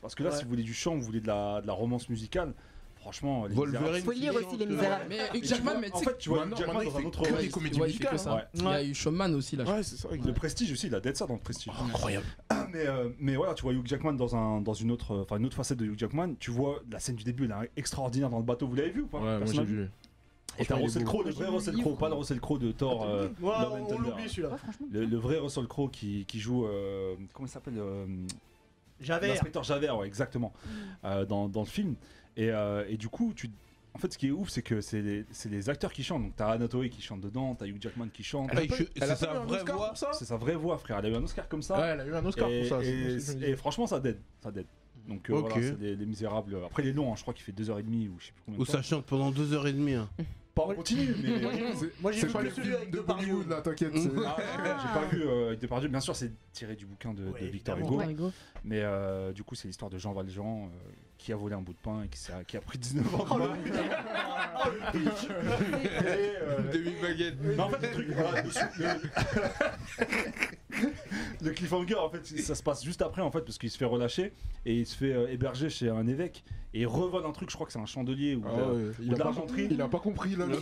S3: Parce que là,
S1: Ouais.
S3: si vous voulez du chant, vous voulez de la, de la romance musicale, franchement, les
S4: Wolverine. hein,
S3: Misérables-
S8: Faut lire aussi Les Misérables.
S6: Mais Hugh
S3: Et tu
S6: Jackman,
S3: vois,
S6: mais tu
S3: en
S6: sais
S3: fait, tu vois,
S7: Maintenant,
S3: Jackman
S7: maintenant,
S3: dans
S7: il
S3: un
S7: fait
S3: autre
S7: que des
S3: registre.
S7: comédies
S6: tu vois, il fait
S7: musicales,
S6: que ça.
S3: ouais.
S6: Il y a eu Showman aussi là. je
S7: Ouais, c'est ça.
S3: Le Prestige aussi, il a dead ça dans le Prestige.
S7: Incroyable.
S3: Mais, euh, mais voilà, tu vois Hugh Jackman dans, un, dans une, autre, euh, enfin, une autre facette de Hugh Jackman. Tu vois la scène du début, elle est extraordinaire dans le bateau. Vous l'avez vu ou pas
S7: Ouais, moi
S3: Personne
S7: j'ai
S3: n'a
S7: vu.
S3: Et t'as
S7: Franchement, il est
S3: Russell
S7: beau.
S3: Crowe, le
S5: Moi, j'ai
S3: vrai
S5: lu le
S3: Russell
S5: livre,
S3: Crowe, pas
S5: moi.
S3: le Russell Crowe de Thor. euh,
S1: ouais,
S3: Love and
S1: on- on
S3: Thunder.
S1: l'oublie celui-là.
S3: le, le vrai Russell Crowe qui, qui joue. euh, comment il s'appelle euh,
S1: Javert.
S3: L'inspecteur Javert, ouais, exactement, euh, dans, dans le film. Et, euh, et du coup, tu... en fait, ce qui est ouf, c'est que c'est les, c'est les acteurs qui chantent. Donc, t'as Anatoly qui chante dedans, t'as Hugh Jackman qui chante.
S4: Elle a pas- elle a pas eu un Oscar
S7: voix.
S4: pour ça
S3: C'est sa vraie voix, frère. Elle a eu un Oscar comme ça.
S7: Ouais, elle a eu un Oscar
S3: et,
S7: pour ça. c'est-
S3: et-
S7: c'est-
S3: et franchement, ça dead. Ça dead. Donc, euh,
S4: Ok.
S3: voilà, c'est les, les misérables. Après, les longs, hein, je crois qu'il fait 2h30 ou je sais plus combien.
S4: Ou
S3: De temps.
S4: ça chante pendant 2h30. [laughs] Hein.
S3: Pas on
S7: [laughs]
S3: continue, mais.
S7: c'est-
S1: Moi, j'ai
S7: c'est
S1: vu
S7: pas
S1: que
S7: le
S1: celui
S7: film
S1: avec
S7: de
S1: Depardieu.
S7: Bollywood là, t'inquiète. c'est-
S3: Ah, J'ai pas vu euh, avec Depardieu. Bien sûr, c'est tiré du bouquin de, de
S1: Ouais,
S3: Victor
S1: évidemment.
S3: Hugo.
S1: Ouais.
S3: Mais euh, du coup, c'est l'histoire de Jean Valjean euh, qui a volé un bout de pain et qui, s'est- qui a pris 19 ans. de bain.
S1: Oh, le pitch.
S3: [laughs] Et, euh,
S4: Demi-baguette.
S3: Mais en fait, le truc, voilà, le, le- le cliffhanger, en fait, ça se passe juste après, en fait, parce qu'il se fait relâcher et il se fait euh, héberger chez un évêque et il revole un truc, je crois que c'est un chandelier ou.
S7: Ah
S3: euh,
S7: ouais, Il a
S3: de
S7: pas
S3: l'argenterie.
S7: compris. Il a pas compris là.
S4: Ouais.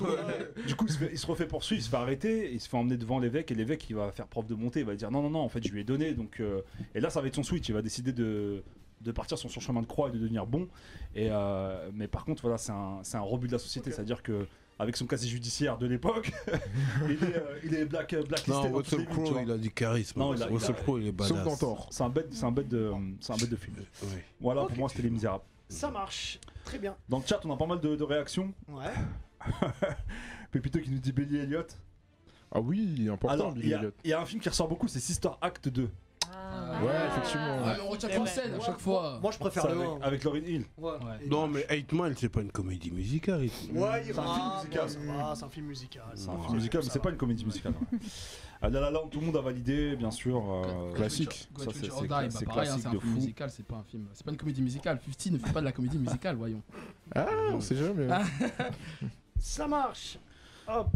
S3: Du coup, il se, fait- il se refait poursuivre, il se fait arrêter, il se fait emmener devant l'évêque et l'évêque il va faire preuve de montée, il va lui dire non, non, non, en fait je lui ai donné. Donc, euh, et là, ça va être son switch, il va décider de, de partir sur son chemin de croix et de devenir bon. Et, euh, mais par contre, voilà, c'est un, c'est un rebut de la société, c'est-à-dire que avec son casier judiciaire de l'époque, [laughs] il est, euh, il est black, blacklisté.
S4: Non,
S3: dans toutes les
S4: Russell
S3: villes, tu vois.
S4: Crowe, il a du charisme.
S3: Non, il a- il a-
S4: Russell Crowe, il est
S7: Sauf dans
S4: badass. Euh,
S7: Thor.
S3: C'est un bête, c'est un bête de, c'est un bête de film.
S4: Ouais.
S3: Voilà,
S1: Ok.
S3: pour moi, c'était les misérables.
S1: Ça marche. Très bien.
S3: Dans le chat, on a pas mal de, de réactions.
S1: Ouais.
S3: Pépito qui nous dit Billy Elliott.
S7: Ah oui, important
S3: Alors, il
S7: Billy
S3: y, a-
S7: Elliot.
S3: il y a un film qui ressort beaucoup, c'est Sister Act 2.
S6: Ah,
S7: Ouais, effectivement.
S6: Ah, mais on retient qu'une scène à chaque fois.
S1: Moi, je préfère
S3: Ça,
S1: le
S3: avec,
S1: 1.
S3: avec Lauryn Hill.
S1: Ouais.
S4: Non, mais 8 Mile, c'est pas une comédie musicale. ici.
S1: Ouais, il
S3: C'est un film
S1: rame,
S3: musical, ça
S1: ouais, Ah, c'est un film musical.
S3: C'est un film musical, mais c'est pas une comédie musicale. ouais. Ah, La La Land, tout le monde a validé, bien sûr. euh,
S7: Classique.
S3: Ça,
S6: Got
S3: c'est-
S6: Your
S3: c'est-
S6: Die, bah,
S3: c'est
S6: pareil, hein,
S3: classique
S6: c'est un
S3: de
S6: film
S3: fou.
S6: musical, c'est pas un film. C'est pas une comédie musicale. 50 ne fait pas de la comédie musicale, voyons.
S7: Ah, on sait jamais.
S6: Ah.
S1: Ça marche. Hop.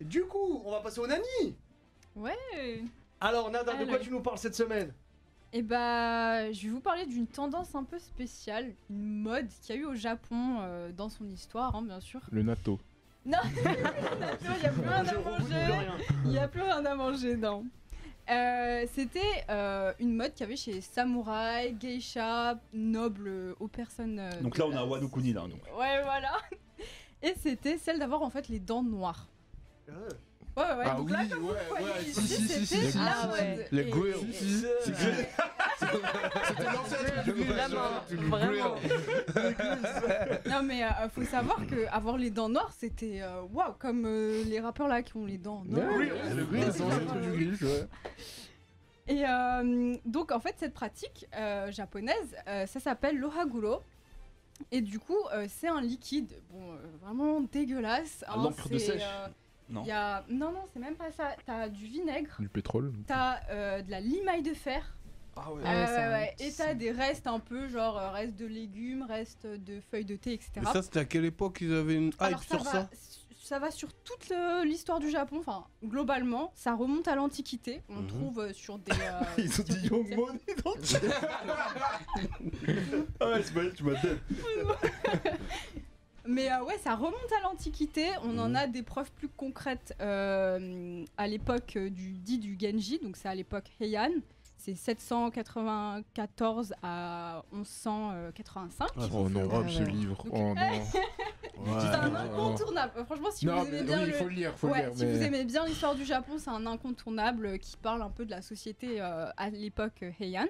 S1: Du coup, on va passer au Nani.
S5: Ouais.
S1: Alors, Nada, de quoi
S5: Allez.
S1: tu nous parles cette semaine
S5: Et bah, je vais vous parler d'une tendance un peu spéciale, une mode qu'il y a eu au Japon euh, dans son histoire, hein, bien sûr.
S7: Le natto.
S5: Non, il y a plus rien à
S1: Je rebondis de
S5: manger.
S1: rien.
S5: Il n'y a plus rien à manger, non. Euh, C'était euh, une mode qu'il y avait chez samouraï, geisha, nobles, euh, aux personnes. euh,
S3: Donc
S5: de
S3: là, on a
S5: classe.
S3: Wano Kuni, là, donc.
S5: Ouais, voilà. [laughs] Et c'était celle d'avoir en fait les dents noires.
S1: Euh,
S5: Ouais, ouais, ouais.
S7: Ah
S5: donc
S7: oui,
S5: là,
S7: ouais,
S5: comme vous voyez
S7: ouais,
S5: ici,
S7: si, si, si, Ah,
S5: c'était
S7: si,
S5: la
S8: si,
S5: mode.
S4: si. Le
S5: Et-
S4: grill.
S5: et-
S7: C'est que- C'était l'ancêtre du grill.
S8: Vraiment,
S7: Tu le
S8: vraiment.
S7: grill.
S5: Non mais euh, faut savoir que avoir les dents noires c'était euh, waouh comme euh, les rappeurs là qui ont les dents noires.
S7: Ouais, Le grill, c'est l'ancêtre du grill, ouais.
S5: Et euh, donc en fait cette pratique euh, japonaise euh, ça s'appelle l'ohaguro et du coup euh, c'est un liquide bon euh, vraiment dégueulasse.
S3: Ah, l'encre de
S5: c'est,
S3: sèche.
S5: euh,
S3: Non.
S5: y a- non non c'est même pas ça t'as du vinaigre
S7: Du pétrole.
S5: t'as euh, de la limaille de fer
S3: Ah ouais.
S5: euh,
S6: ouais, ça-
S5: ouais, et t'as des restes un peu genre euh, restes de légumes restes de feuilles de thé etc.
S4: Mais ça, c'était à quelle époque ils avaient une hype
S5: Alors ça
S4: sur
S5: va,
S4: ça
S5: ça va sur toute le- l'histoire du Japon, enfin globalement, ça remonte à l'Antiquité. On
S4: Mhm.
S5: trouve euh, sur des. euh,
S3: Ils ont
S5: sur
S3: dit [laughs]
S5: des-
S3: Young Money dans le chat. Ah ouais, Ismaël, tu m'as dead.
S5: Mais euh, ouais, ça remonte à l'Antiquité. On en a des preuves plus concrètes euh, à l'époque euh, du dit du Genji, donc c'est à l'époque Heian. C'est 794 à 1185.
S7: Oh non, Rob, ce
S8: ouais.
S7: livre. Oh non.
S5: C'est un
S7: ouais.
S5: incontournable. Franchement, eh, si
S7: Non,
S5: vous aimez
S7: mais
S5: bien
S7: oui, il
S5: le-
S7: faut le lire, faut le
S5: Ouais,
S7: lire.
S5: si vous
S7: mais-
S5: aimez bien l'histoire du Japon, c'est un incontournable euh, qui parle un peu de la société euh, à l'époque euh, Heian.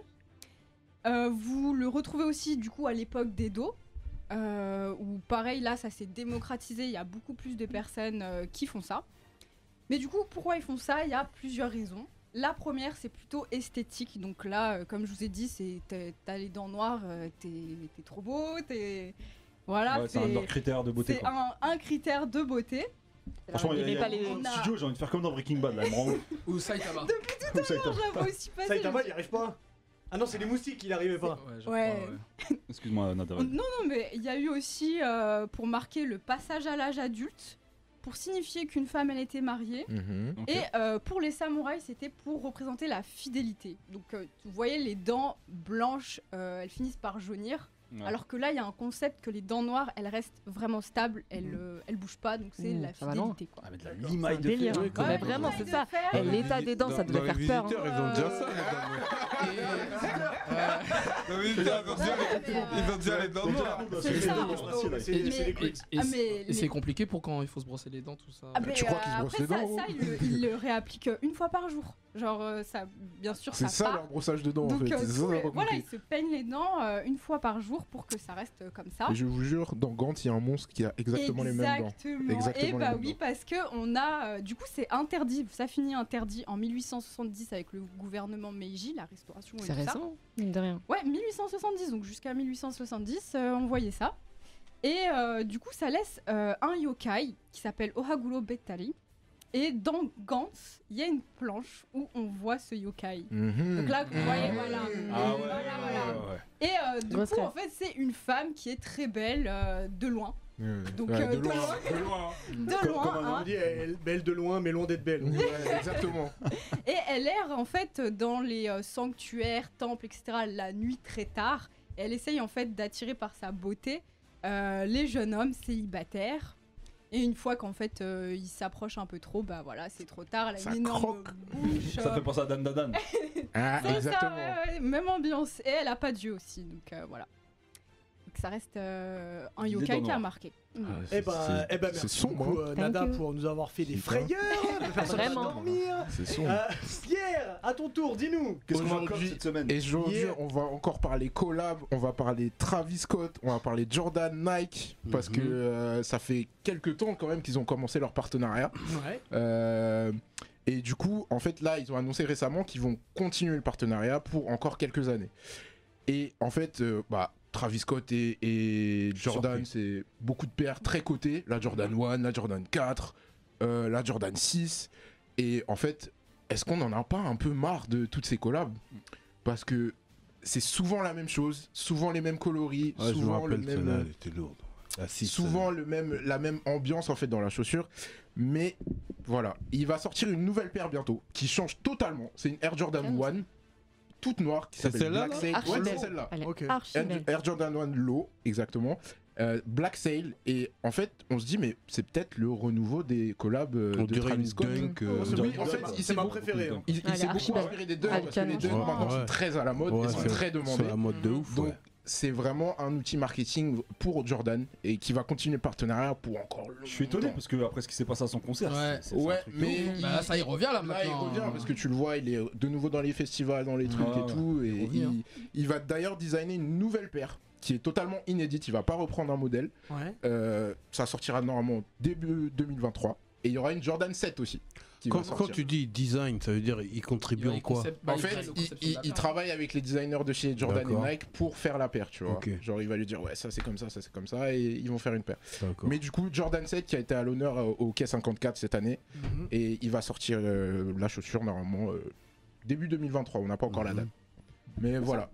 S5: Euh, vous le retrouvez aussi du coup à l'époque d'Edo, euh, où pareil là ça s'est démocratisé, il y a beaucoup plus de personnes euh, qui font ça. Mais du coup pourquoi ils font ça Il y a plusieurs raisons. La première c'est plutôt esthétique, donc là euh, comme je vous ai dit c'est t'es- t'as les dents noires, euh, t'es t'es trop beau, t'es... Voilà,
S3: Ouais, c'est
S5: c'est
S3: un de leurs critères de beauté.
S5: c'est
S3: quoi.
S5: un- un critère de beauté.
S3: Franchement, il y a- il y a
S8: pas les.
S3: beaucoup de
S5: On a-
S3: studios, j'ai envie de faire comme dans Breaking Bad, là, elle me rend ouf.
S6: Ou Saitama.
S3: Comme ça, il tape.
S5: J'avoue aussi pas
S1: Ça, Saitama, il n'y arrive pas. Ah non, c'est les moustiques, il arrivait pas.
S6: Ouais. je crois,
S5: Ouais.
S3: Excuse-moi, Nada.
S5: Non, non, [laughs] mais il y a eu aussi, euh, pour marquer le passage à l'âge adulte, pour signifier qu'une femme, elle était mariée.
S7: Mhm.
S6: Ok.
S5: Et euh, pour les samouraïs, c'était pour représenter la fidélité. Donc, euh, vous voyez, les dents blanches, euh, elles finissent par jaunir.
S3: Ouais.
S5: Alors que là, il y a un concept que les dents noires, elles restent vraiment stables, elles, euh, elles bougent pas. Donc, c'est
S8: Mmh,
S5: la
S8: ça va loin.
S5: fidélité, quoi.
S3: Ah, mais de la
S8: C'est un
S3: limaille de
S8: délire.
S3: fer.
S4: Oui, quand
S8: Mais
S4: même.
S8: vraiment, c'est ça.
S4: Dans
S8: Et
S4: les
S8: Eh, l'état
S4: visi-
S8: des dents, ça
S4: dans-
S8: devait
S4: dans
S8: faire
S4: les
S8: peur,
S4: visiteurs,
S5: hein.
S4: Ils ont déjà
S5: Euh,
S4: ça. madame. Ah, euh,
S2: Ils ont déjà les dents noires.
S5: C'est ça.
S1: C'est
S6: Et-
S1: c'est des
S6: Et, et-
S1: clics.
S6: et
S5: Ah,
S6: c'est-
S5: mais
S6: et c'est
S5: les-
S6: compliqué pour quand il faut se brosser les dents, tout ça.
S5: Ah, mais,
S7: tu crois qu'ils se
S5: euh,
S7: brossent
S5: après,
S7: les dents, ou
S5: ça, ça, il, le- il le réapplique une fois par jour. Genre, euh, ça, bien sûr,
S7: C'est
S5: ça,
S7: ça
S5: part.
S7: leur brossage de dents en
S5: Donc,
S7: fait.
S5: euh,
S7: C'est
S5: tout
S7: ça, on a
S5: le-
S7: pas
S5: voilà,
S7: compris.
S5: ils se peignent les dents euh, une fois par jour pour que ça reste euh, comme ça.
S7: Et je vous jure, dans Gantz, il y a un monstre qui a exactement les mêmes dents.
S5: Exactement.
S7: Exactement
S5: Et
S7: les
S5: bah
S7: mêmes
S5: oui,
S7: dents.
S5: parce que on a, euh, du coup, c'est interdit. Ça finit interdit en 1870 avec le gouvernement Meiji, la restauration et
S8: C'est
S5: tout ça.
S8: récent, mine de rien.
S5: Ouais, 1870, donc jusqu'à 1870, euh, on voyait ça. Et euh, du coup, ça laisse euh, un yokai qui s'appelle Ohaguro Bettari. Et dans Gantz, il y a une planche où on voit ce yokai.
S7: Mhm.
S5: Donc là, vous voyez, voilà.
S3: Ah ouais,
S5: Voilà,
S3: ouais,
S5: voilà.
S3: ouais, ouais.
S5: Et euh, du
S8: Grosse
S5: coup,
S8: rêve.
S5: en fait, c'est une femme qui est très belle euh, de loin.
S7: Ouais.
S5: Donc,
S7: Ouais,
S5: euh,
S7: de loin.
S2: De loin.
S5: [laughs] De
S3: Comme-
S5: loin,
S3: comme un
S5: hein.
S1: On dit, elle est belle de loin, mais loin d'être belle.
S7: Ouais,
S5: [laughs]
S7: exactement.
S5: Et elle erre en fait dans les euh, sanctuaires, temples, etc. la nuit très tard. Et elle essaye en fait d'attirer par sa beauté euh, les jeunes hommes célibataires. Et une fois qu'en fait euh, ils s'approchent un peu trop, bah voilà, c'est trop tard. Elle a
S7: Ça
S5: une énorme
S7: croque.
S5: bouche.
S3: Ça
S5: euh,
S3: fait penser à Dan Dadan.
S7: Ah,
S5: C'est ça,
S7: exactement.
S5: ouais, ouais, même ambiance. Et elle a pas d'yeux aussi, donc euh, voilà. Donc ça reste euh, un
S3: Il est dans
S5: yokai
S3: le
S5: qui a
S3: noir.
S5: marqué.
S4: Ah,
S5: Mm.
S1: Eh ben, eh ben,
S7: c'est
S1: merci
S7: sombre,
S1: beaucoup,
S7: hein.
S1: euh, Nada,
S8: Thank you.
S1: pour nous avoir fait des
S7: Putain.
S1: frayeurs, de faire ça
S8: Vraiment.
S1: dormir.
S7: C'est sombre.
S1: Euh, Pierre, à ton tour, dis-nous.
S3: Qu'est-ce qu'on va
S7: Aujourd'hui-
S3: faire cette semaine
S7: Et aujourd'hui,
S1: Yeah.
S7: on va encore parler collab, on va parler Travis Scott, on va parler Jordan Nike, parce que
S4: Mhm.
S7: euh, ça fait quelques temps quand même qu'ils ont commencé leur partenariat.
S1: Ouais.
S7: Euh, Et du coup, en fait, là, ils ont annoncé récemment qu'ils vont continuer le partenariat pour encore quelques années. Et en fait, euh, bah, Travis Scott et, et Jordan, c'est beaucoup de paires très cotées. La Jordan 1, la Jordan 4, euh, la Jordan 6. Et en fait, est-ce qu'on n'en a pas un peu marre de toutes ces collabs Parce que c'est souvent la même chose, souvent les mêmes coloris,
S4: Ah, je me
S7: souvent le
S4: rappelle,
S7: même
S4: celle-là, elle était lourde. Ah, si,
S7: souvent le même, la même ambiance en fait dans la chaussure. Mais voilà, il va sortir une nouvelle paire bientôt qui change totalement. C'est une Air Jordan 1 toute noire qui
S4: C'est
S7: s'appelle
S4: celle-là,
S7: Black
S4: là
S7: Sail.
S8: Archi
S7: Ouais,
S8: belle.
S7: c'est celle-là.
S8: Elle est
S1: Ok.
S8: archi
S7: Air,
S8: belle.
S7: Air Jordan 1 Low, exactement. Euh, Black Sail. Et en fait, on se dit, mais c'est peut-être le renouveau des collabs euh,
S4: On
S7: de
S4: dirait une
S7: Travis Scott.
S4: dunk. euh,
S1: Oui,
S7: Oui, en
S1: c'est
S7: fait,
S1: ma-
S7: il
S1: c'est
S7: s'est
S1: ma
S7: beaucoup-
S1: préférée. hein.
S7: Il, il
S8: Ah, elle est
S7: s'est
S8: archi
S7: beaucoup
S8: belle.
S7: inspiré des dunks
S8: Ah, le
S7: parce que les
S8: canon.
S7: dunks
S4: Ouais,
S7: maintenant
S4: ouais.
S7: sont très à la mode
S4: Ouais,
S7: et sont
S4: c'est-
S7: très
S4: C'est
S7: demandés.
S4: la mode de ouf.
S7: Donc,
S4: ouais.
S7: c'est vraiment un outil marketing pour Jordan et qui va continuer le partenariat pour encore longtemps.
S3: Je suis étonné parce que après ce qui s'est passé à son concert,
S6: Ouais.
S3: c'est- c'est- c'est un
S7: Ouais,
S3: truc de
S7: mais
S3: ouf.
S7: il-
S6: Bah, ça, il revient là
S7: là, il
S6: maintenant. hein.
S7: revient parce que tu le vois, il est de nouveau dans les festivals, dans les trucs
S3: Ouais,
S7: et tout. Et
S6: revient,
S7: il,
S6: hein.
S7: il va d'ailleurs designer une nouvelle paire qui est totalement inédite. Il va pas reprendre un modèle.
S1: Ouais.
S7: Euh, ça sortira normalement début 2023. Et il y aura une Jordan 7 aussi. Qui
S4: Quand,
S7: va
S4: quand
S7: sortir.
S4: tu dis design, ça veut dire il contribue en quoi
S6: Concept- bah,
S7: En
S6: il crée
S7: fait,
S6: le
S7: il,
S6: concept
S7: il-
S6: de la
S7: il
S6: paire.
S7: travaille avec les designers de chez Jordan
S4: D'accord.
S7: et Nike pour faire la paire, tu vois.
S4: Ok.
S7: Genre, il va lui dire, ouais, ça c'est comme ça, ça c'est comme ça, et ils vont faire une paire.
S4: D'accord.
S7: Mais du coup, Jordan 7 qui a été à l'honneur euh, au Quai 54 cette année,
S1: Mhm.
S7: et il va sortir euh, la chaussure normalement euh, début 2023, on n'a pas encore
S4: Mhm.
S7: la date. Mais voilà,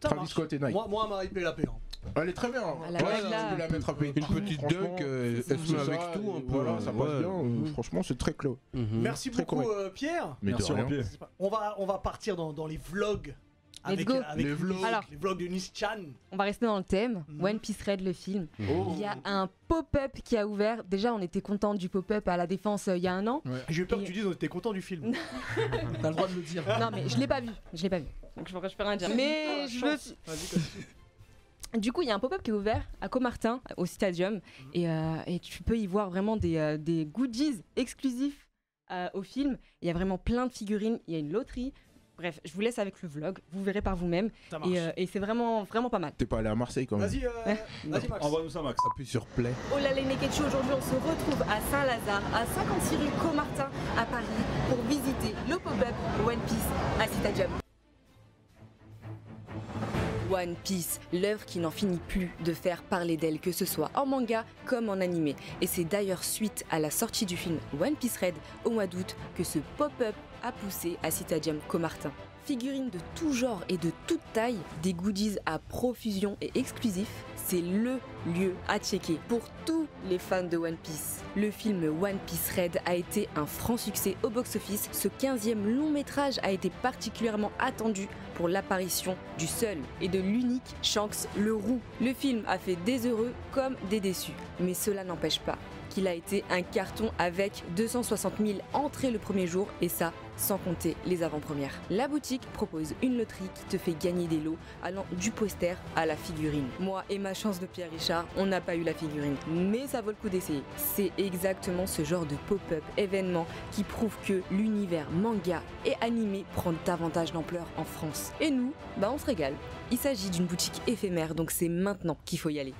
S1: Ça
S7: Travis
S1: marche.
S7: Scott et Nike.
S1: Moi, moi, m'a hypé la paix. hein.
S7: Elle est très bien. hein.
S8: Ah, la Nike, là.
S7: tu peux la mettre un peu
S4: Une petite
S7: franchement,
S4: dunk, euh,
S7: c'est
S4: elle se met
S7: ça,
S4: avec tout un
S7: et
S4: peu.
S7: Voilà,
S4: euh,
S7: ça passe
S4: ouais.
S7: bien. euh,
S4: Mhm.
S7: Franchement, c'est très clos.
S4: Mhm.
S1: Merci
S7: Mm-hmm. Très
S1: beaucoup,
S7: correct.
S1: euh, Pierre.
S7: Mais
S3: Merci
S7: de rien.
S3: Rampier.
S1: On va, on va partir dans, dans les vlogs. Avec,
S8: go.
S1: avec
S7: Les
S1: Ulysse,
S7: vlogs.
S8: Alors.
S1: les vlogs de Nice-chan.
S8: On va rester dans le thème.
S1: Mhm.
S8: One Piece Red, le film.
S7: Oh.
S8: Il y a un pop-up qui a ouvert. Déjà, on était content du pop-up à la Défense euh, il y a un an.
S1: J'ai eu peur que tu dises on était content du film.
S8: [laughs]
S6: T'as le droit de le dire.
S8: Non, mais je l'ai pas vu. Je l'ai pas vu. Donc je je peux rien dire.
S1: Ah,
S8: Mais je veux. Du coup, il y a un pop-up qui est ouvert à Comartin, au
S1: Mhm.
S8: Stadium, et, euh, et tu peux y voir vraiment des, euh, des goodies exclusifs euh, au film. Il y a vraiment plein de figurines, il y a une loterie. Bref, je vous laisse avec le vlog, vous verrez par vous-même,
S1: Ça marche.
S8: et, euh, et c'est vraiment, vraiment pas mal.
S7: T'es pas allé à Marseille quand même.
S1: Vas-y, euh, vas-y,
S4: Ah,
S1: Max.
S3: Envoie-nous ça, Max.
S4: Appuie sur play.
S8: Oh là les Neketsu, aujourd'hui on se retrouve à Saint-Lazare, à 56 rue Comartin, à Paris, pour visiter le pop-up One Piece à Citadium. One Piece, l'œuvre qui n'en finit plus de faire parler d'elle, que ce soit en manga comme en animé. Et c'est d'ailleurs suite à la sortie du film One Piece Red au mois d'août que ce pop-up a poussé à Citadium Comartin. Figurines de tout genre et de toute taille, des goodies à profusion et exclusifs, c'est le lieu à checker pour tous les fans de One Piece. Le film One Piece Red a été un franc succès au box-office. Ce 15e long métrage a été particulièrement attendu pour l'apparition du seul et de l'unique Shanks le Roux. Le film a fait des heureux comme des déçus, mais cela n'empêche pas qu'il a été un carton avec 260 000 entrées le premier jour et ça sans compter les avant-premières. La boutique propose une loterie qui te fait gagner des lots allant du poster à la figurine. Moi et ma chance de Pierre Richard, on n'a pas eu la figurine, mais ça vaut le coup d'essayer. C'est exactement ce genre de pop-up événement qui prouve que l'univers manga et animé prend davantage d'ampleur en France. Et nous, bah on se régale. Il s'agit d'une boutique éphémère, donc c'est maintenant qu'il faut y aller.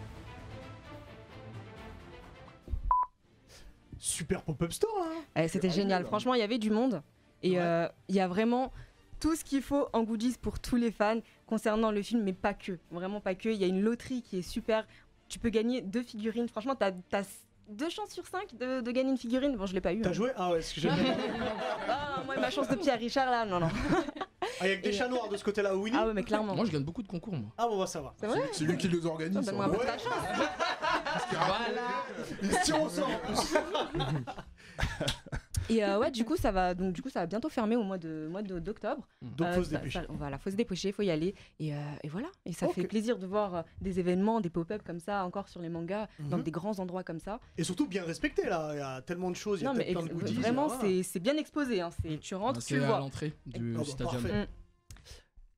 S1: Super pop-up store, hein.
S8: Eh, C'était génial. Franchement, il y avait du monde. Et euh, il y a vraiment tout ce qu'il faut en goodies pour tous les fans concernant le film, mais pas que. Vraiment pas que. Il y a une loterie qui est super. Tu peux gagner deux figurines. Franchement, t'as as deux chances sur cinq de, de gagner une figurine. Bon, je l'ai pas eu.
S1: T'as
S8: hein.
S1: joué Ah ouais, ce que
S8: [laughs]
S1: j'aime.
S8: Ah, moi, ma chance de Pierre Richard, là, non, non.
S1: Ah, y'a que des
S8: Et-
S1: chats noirs de ce côté-là, Winnie.
S8: Ah ouais, mais clairement.
S6: Moi, je gagne beaucoup de concours, moi.
S1: Ah bon, bah, ça va.
S8: C'est vrai
S7: C'est lui qui les organise. hein.
S8: Ah, donne-moi un peu de ta chance.
S1: Si euh, on sort
S8: Et euh, ouais, du coup, ça va, donc, du coup, ça va bientôt fermer au mois de- mois de- d'octobre.
S1: Donc
S8: Euh,
S1: faut se
S8: ça-
S1: dépêcher.
S8: ça- voilà, faut se dépêcher, faut y aller. Et, euh, et voilà. Et ça
S1: Ok.
S8: fait plaisir de voir euh, des événements, des pop-up comme ça, encore sur les mangas, dans
S1: Mhm.
S8: des grands endroits comme ça.
S1: Et surtout bien respecté là, il y a tellement de choses, il y a
S8: non, mais
S1: plein de
S8: ex-
S1: goodies. hein.
S8: vraiment,
S1: voilà.
S8: c'est c'est bien exposé. hein. C'est- Tu rentres, tu
S6: C'est
S8: le
S6: à
S8: vois.
S6: l'entrée du
S1: Ah bah,
S6: stadium.
S1: parfait.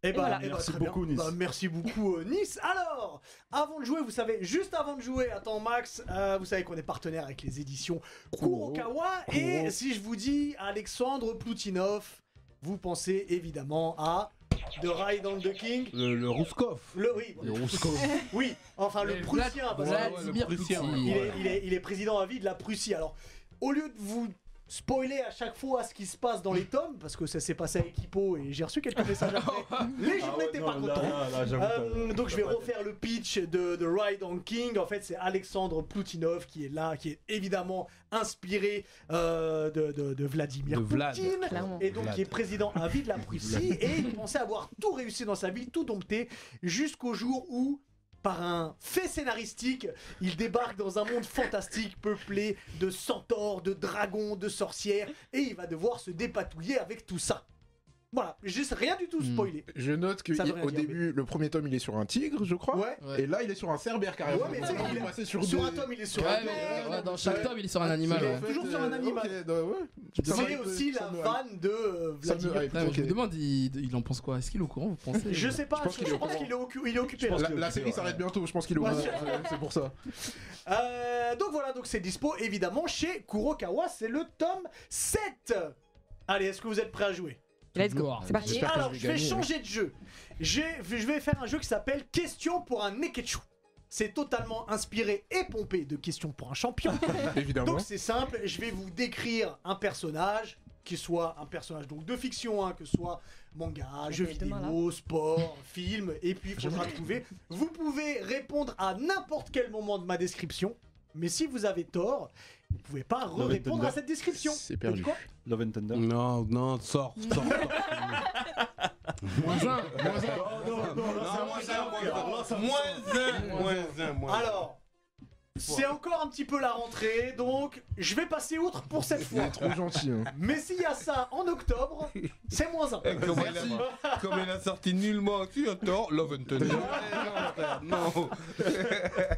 S1: Eh
S8: Et
S1: bah,
S8: voilà.
S1: eh bah,
S3: Merci
S1: très bien.
S3: beaucoup, Nice.
S1: Bah, merci beaucoup euh, Nice. Alors, avant de jouer, vous savez, juste avant de jouer, attends Max, euh, vous savez qu'on est partenaire avec les éditions Kurokawa. Et si je vous dis Alexandre Ploutinov, vous pensez évidemment à The Ride on the King.
S4: Le, le Rouskov.
S1: Le, oui,
S6: Le
S1: oui, enfin le
S6: Mais
S1: Prussien, parce que-
S6: Vladimir
S4: Prussien,
S6: Poutine.
S1: il, est, il est- il est président à vie de la Prussie. Alors, au lieu de vous spoiler à chaque fois ce qui se passe dans les tomes, parce que ça s'est passé à Equipo et j'ai reçu quelques messages après. Les gens
S3: [laughs] Ah ouais,
S1: n'étaient
S3: non,
S1: pas
S3: là,
S1: contents.
S3: là, là, j'avoue,
S1: Euh,
S3: t'as-
S1: donc je vais refaire le pitch de, de Ride on King. En fait, c'est Alexandre Ploutinov qui est là, qui est évidemment inspiré euh, de, de- de Vladimir
S9: De Vlad.
S1: Poutine,
S8: Clairement.
S1: et donc
S9: Vlad.
S1: qui est président à vie de la Prussie. et il pensait avoir tout réussi dans sa vie, tout dompté, jusqu'au jour où par un fait scénaristique, il débarque dans un monde fantastique peuplé de centaures, de dragons, de sorcières, et il va devoir se dépatouiller avec tout ça. Voilà, juste rien du tout
S6: Hmm.
S1: spoilé.
S7: Je note que
S1: Ça
S7: il-
S1: veut rien
S7: au
S1: dire,
S7: début, le premier tome, il est sur un tigre, je crois.
S1: Ouais.
S6: Ouais.
S7: Et là, il est sur un cerbère carrément.
S1: Ouais, mais tu sais,
S7: Il
S1: il
S7: est
S1: est
S7: passé sur
S1: Sur
S7: deux-
S1: un tome, il est sur
S6: Ouais,
S1: un
S6: mais
S1: tome.
S6: ouais, dans chaque tome, il est sur un animal.
S1: C'est
S6: ouais.
S1: toujours sur un animal.
S7: ok, non, ouais.
S1: C'est aussi la vanne de euh, Vladimir.
S6: Putain, mais Je me
S7: Ok.
S6: demande, il, il en pense quoi Est-ce qu'il est au courant, vous pensez
S1: Je sais pas,
S7: Je
S1: je
S7: pense
S1: pense,
S7: qu'il est au courant.
S1: qu'il est, occu- il est occupé. hein.
S3: pense
S1: là.
S7: La, la série s'arrête bientôt, je pense qu'il est au
S1: Ouais.
S7: courant. Ouais, C'est pour
S6: [laughs]
S7: ça.
S1: Euh, donc voilà, donc c'est dispo évidemment chez Kurokawa, c'est le tome 7. Allez, est-ce que vous êtes prêts à jouer
S8: Let's go.
S1: Ah
S6: Noir.
S8: C'est parti.
S6: J'espère que
S1: Alors,
S6: vais
S1: je vais
S6: gagner, ouais.
S1: changer de jeu. J'ai- Je vais faire un jeu qui s'appelle Question pour un Neketsu. C'est totalement inspiré et pompé de Question pour un champion.
S7: Évidemment.
S1: Donc c'est simple, je vais vous décrire un personnage, qui soit un personnage donc de fiction, hein, que ce soit manga, jeu
S8: fait demain,
S1: vidéo, sport, [laughs] film, et puis il faudra trouver. Vous pouvez répondre à n'importe quel moment de ma description, mais si vous avez tort, vous pouvez pas
S3: Love and
S1: répondre à
S3: Thunder.
S1: cette description.
S7: C'est
S1: T'as dit
S7: perdu.
S1: quoi
S3: Love and Thunder.
S4: Non, non, sors, sors.
S6: Moins un, moins un.
S1: Alors, c'est encore un petit peu la rentrée, donc je vais passer outre pour cette
S7: Il [laughs]
S1: fois.
S7: est trop gentil. hein.
S1: Mais s'il y a ça en octobre, c'est moins un.
S2: Eh, Comme il a- [laughs] comme il a sorti nullement, tu as tort, Love and Thunder.
S7: Non.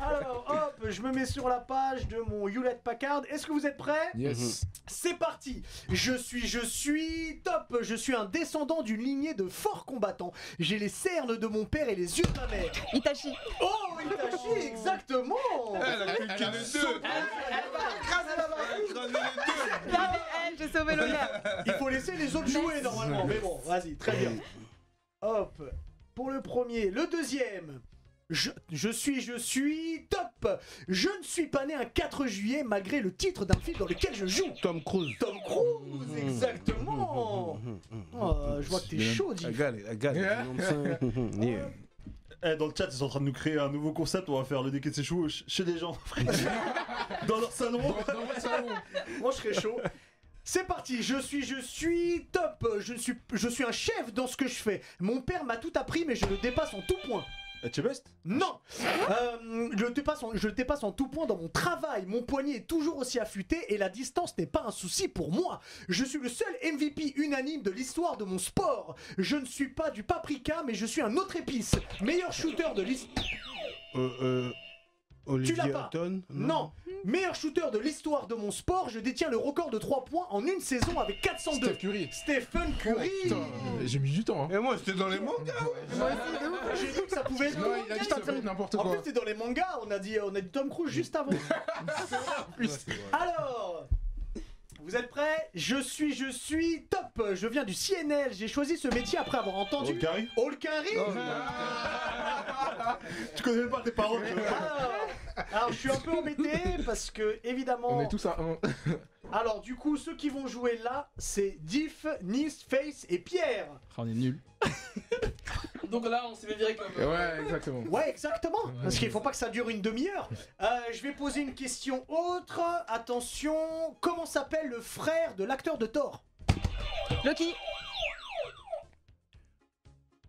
S1: Alors, hop, je me mets sur la page de mon Hewlett Packard. Est-ce que vous êtes prêts
S7: Yes.
S1: C'est parti Je suis, je suis top Je suis un descendant d'une lignée de forts combattants. J'ai les cernes de mon père et les yeux de ma mère.
S8: Itachi.
S1: Oh, Itachi, exactement
S4: Mhm.
S2: Elle a cliqué les deux. Écraser les deux.
S8: Là, mais, eh, j'ai sauvé le
S1: [laughs]
S8: gars.
S1: Il faut laisser les autres jouer normalement, mais bon, vas-y, très bien. Hop, pour le premier, le deuxième. Je, je suis, je suis top. Je ne suis pas né un 4 juillet malgré le titre d'un film dans lequel je joue.
S4: Tom Cruise.
S1: Tom Cruise,
S3: [laughs]
S1: exactement.
S4: Mhm.
S1: Oh, je vois que t'es chaud, dis.
S4: Regarde, regarde. Yeah.
S3: Eh, dans le chat, ils sont en train de nous créer un nouveau concept. On va faire le déquet de ses choux ch- chez les gens, [laughs] frère. dans leur salon.
S1: Moi, je serais chaud. C'est parti, je suis, je suis top. Je suis, je suis un chef dans ce que je fais. Mon père m'a tout appris, mais je le dépasse en tout point.
S3: Eh, tu es best
S1: Non Euh, je, le dépasse en, je le dépasse en tout point dans mon travail, mon poignet est toujours aussi affûté et la distance n'est pas un souci pour moi. Je suis le seul MVP unanime de l'histoire de mon sport. Je ne suis pas du paprika mais je suis un autre épice. Meilleur shooter de l'histoire...
S4: Euh, euh, Olivia
S1: l'as pas.
S4: Hutton
S1: Non Meilleur shooter de l'histoire de mon sport, je détiens le record de 3 points en une saison avec
S7: Steph
S1: 402.
S7: Curry.
S1: Stephen Curry
S7: Putain, j'ai mis du temps. hein.
S2: Et moi, j'étais dans les mangas.
S1: J'ai dit que ça pouvait être...
S7: Non, il a dit ça peut être n'importe
S1: En
S7: quoi.
S1: plus, t'es dans les mangas, on a dit, on a dit Tom Cruise juste
S7: [laughs]
S1: avant. Alors, vous êtes prêts Je suis, je suis top. Je viens du CNL. J'ai choisi ce métier après avoir entendu.
S3: Carré
S1: All Carry
S7: Oh,
S3: Tu connais même pas tes paroles. toi.
S1: alors, alors, je suis un peu embêté parce que,
S7: bah, On
S1: évidemment.
S7: est tous à un.
S1: Alors, du coup, ceux qui vont jouer là, c'est Diff, Nice, Face et Pierre.
S6: Ah, On est nuls. Donc là, on s'est fait virer comme.
S7: Ouais, exactement.
S1: Ouais, exactement. Parce qu'il faut pas que ça dure une demi-heure. Euh, je vais poser une question autre. Attention, comment s'appelle le frère de l'acteur de Thor
S8: Loki.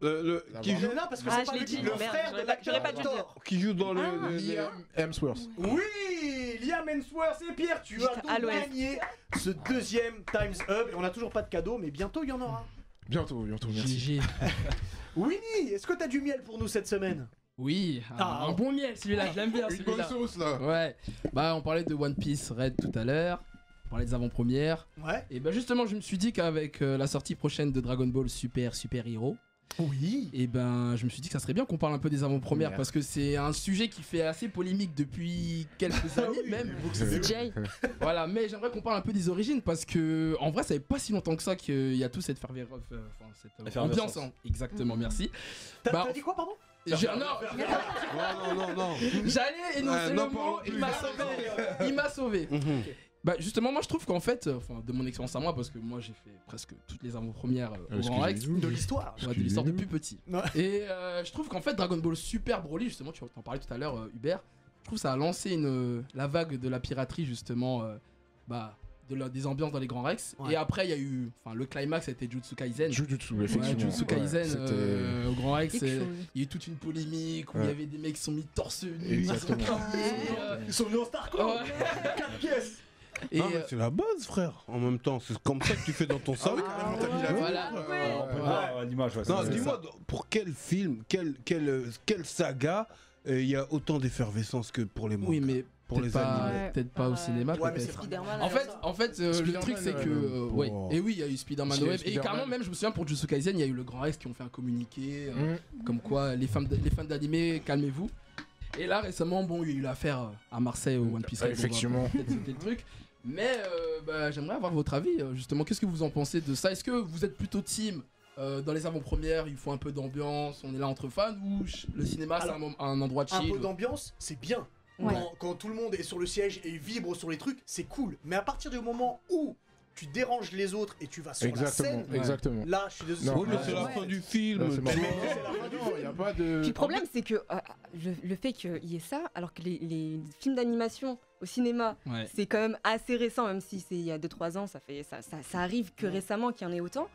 S4: Le- le-
S7: Euh,
S4: qui,
S1: Il est là parce que
S8: Ah,
S1: c'est
S8: je
S1: pas
S8: l'ai
S1: lui,
S8: dit,
S1: le
S8: merde,
S1: frère de
S8: j'aurais pas-
S1: l'acteur
S8: j'aurais pas
S1: de
S8: dû le
S1: Thor.
S4: qui joue dans le.
S8: Ah.
S4: le-
S7: Liam Hemsworth.
S1: Oui, Liam Hemsworth et Pierre, tu as
S8: Putain, à
S1: donc
S8: l'ouest.
S1: gagné ce deuxième Times Up. Et on n'a toujours pas de cadeau, mais bientôt il y en aura.
S7: Bientôt, bientôt, merci.
S6: GG.
S1: Winnie, est-ce que t'as du miel pour nous cette semaine
S6: Oui, un-
S1: Ah.
S6: un bon miel celui-là, je l'aime bien
S7: Une bonne
S6: celui-là.
S7: sauce là.
S6: Ouais, bah on parlait de One Piece Red tout à l'heure, on parlait des avant-premières.
S1: Ouais.
S6: Et bah justement, je me suis dit qu'avec euh, la sortie prochaine de Dragon Ball Super Super Hero,
S1: Oui.
S6: et ben je me suis dit que ça serait bien qu'on parle un peu des avant-premières
S7: Merde.
S6: parce que c'est un sujet qui fait assez polémique depuis
S4: [laughs]
S6: quelques
S4: Ah
S6: années même.
S8: Jay.
S6: Voilà, mais j'aimerais qu'on parle un peu des origines parce que en vrai, ça fait pas si longtemps que ça qu'il y a tout cette ferveur, euh, enfin, cette euh,
S3: Effervescence.
S6: ambiance. hein. Exactement, merci.
S1: T'as
S6: Bah,
S1: t'as dit quoi, pardon
S6: J'ai- non,
S4: [laughs] Non, non, non, non.
S6: J'allais énoncer
S4: Ouais,
S6: le
S4: non,
S6: mot,
S4: parlons
S6: il
S4: plus.
S1: Euh,
S6: m'a sauvé. Il m'a sauvé.
S4: Mhm.
S6: Bah justement, moi je trouve qu'en fait, euh, enfin de mon expérience à moi, parce que moi j'ai fait presque toutes les avant-premières euh, au Grand Rex,
S1: De l'histoire.
S6: ouais, de l'histoire depuis petit.
S1: Ouais.
S6: Et euh, je trouve qu'en fait Dragon Ball Super Broly, justement, tu en parlais tout à l'heure, euh, Hubert, je trouve que ça a lancé une, euh, la vague de la piraterie, justement, euh, bah, de la- des ambiances dans les Grands Rex.
S1: Ouais.
S6: Et après, il y a eu, enfin le climax, ça a été Jutsu Kaisen.
S7: Jujutsu,
S6: Ouais,
S7: effectivement.
S6: Jutsu
S7: Ouais,
S6: Kaisen
S7: c'était-
S6: euh, au Grand Rex,
S8: Quelque
S6: euh,
S8: chose.
S6: il y a eu toute une polémique où il y
S7: Ouais.
S6: avait des mecs qui sont mis torse nu. [laughs]
S7: Exactement.
S6: Et, euh,
S1: Ils sont venus en Starco
S6: ouais.
S1: 4 pièces
S6: Et, euh,
S4: Non, mais c'est la base, frère. En même temps, c'est comme ça que tu fais dans ton
S7: Ah oui,
S4: cerveau.
S7: carrément, t'as mis la
S6: Voilà.
S7: vidéo.
S5: Ouais.
S3: On peut
S6: Ouais.
S3: voir à l'image, ouais,
S4: Non,
S3: c'est-
S4: dis-moi, dans- pour quel film, quelle, quelle, euh, quelle saga euh, il y a autant d'effervescence que pour les mangas
S6: Oui, mais
S4: Pour
S6: pour
S4: les
S6: les pas, euh,
S4: animés.
S8: Ouais.
S6: peut-être pas au
S8: Ouais.
S6: cinéma.
S1: Ouais, mais
S6: peut-être.
S1: c'est vraiment-
S8: Spider-Man,
S6: En
S8: alors
S6: fait,
S8: ça.
S6: en fait, euh, le
S7: Spider-Man,
S6: truc c'est
S7: ouais,
S6: que
S7: ouais.
S6: euh, ouais.
S4: Oh.
S6: Et oui, il y a eu Spider-Man
S7: Parce qu'il y a
S6: Web
S7: eu
S6: et
S7: Spider-Man.
S6: carrément même je me souviens pour Jutsu Kaisen, il y a eu le Grand Rex qui ont fait un communiqué euh,
S7: Mm.
S6: comme quoi les femmes de- les fans d'animé, calmez-vous. Et là récemment, bon, il y a eu l'affaire euh, à Marseille au One Piece.
S7: Ah,
S6: Red, on va
S7: effectivement.
S6: peut-être sauter le truc. Mais euh, bah, j'aimerais avoir votre avis euh, justement. Qu'est-ce que vous en pensez de ça Est-ce que vous êtes plutôt team euh, dans les avant-premières, il faut un peu d'ambiance, on est là entre fans ou ch- le cinéma c'est
S1: Alors,
S6: un, mom- un endroit
S1: Un
S6: chill
S1: peu d'ambiance, c'est bien.
S8: Ouais.
S1: Quand, quand tout le monde est sur le siège et vibre sur les trucs, c'est cool. Mais à partir du moment où tu déranges les autres et tu vas sur la
S7: Exactement,
S1: scène,
S6: Ouais.
S7: exactement.
S1: là, je suis désolé.
S7: Non,
S4: Oui, mais
S7: Ouais.
S4: c'est la
S1: Ouais.
S4: fin du film.
S7: Là, c'est mort.
S4: tu vois.
S7: Non, y a pas de.
S8: Puis le problème, c'est que euh, le, le fait qu'il y ait ça, alors que les, les films d'animation au cinéma,
S6: Ouais.
S8: c'est quand même assez récent, même si c'est il y a 2-3 ans, ça, fait, ça, ça, ça arrive que récemment qu'il y en ait autant.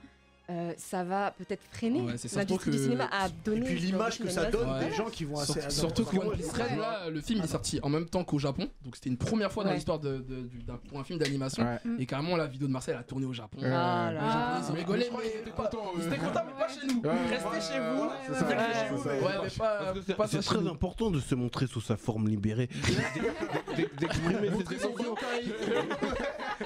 S8: euh, ça va peut-être freiner
S6: Ouais, c'est surtout
S8: l'industrie du
S6: que-
S8: cinéma à
S1: Et
S8: donner.
S1: puis l'image que ça donne
S6: Ouais.
S1: des gens qui vont
S6: Sur-
S1: assez
S6: surtout que
S1: dans-
S6: One Piece Red, là, le film il est sorti en même temps qu'au Japon, donc c'était une première fois dans
S8: Ouais.
S6: l'histoire de, de- du- d'un- pour un film d'animation.
S7: Ouais.
S6: Et carrément, la vidéo de Marseille elle a tourné au Japon.
S7: Ouais.
S8: Ah là là.
S5: Ah.
S6: Ils ont rigolé, mais
S7: Ils étaient euh. contents,
S6: Ils
S7: eux.
S6: étaient contents, mais pas chez nous.
S7: Ouais.
S6: Restez
S7: Ouais,
S6: chez
S7: ouais,
S6: vous.
S7: ouais,
S6: Faites
S7: c'est
S6: les
S7: ça.
S6: chez vous.
S7: Ouais,
S6: Ouais, mais pas,
S4: Parce que
S6: pas
S4: c'est- C'est
S6: ça chez
S4: très
S6: nous.
S4: important de se montrer sous sa forme libérée. D'exprimer
S7: Montrer
S4: ses
S7: son
S4: émotions.
S7: Hawkeye.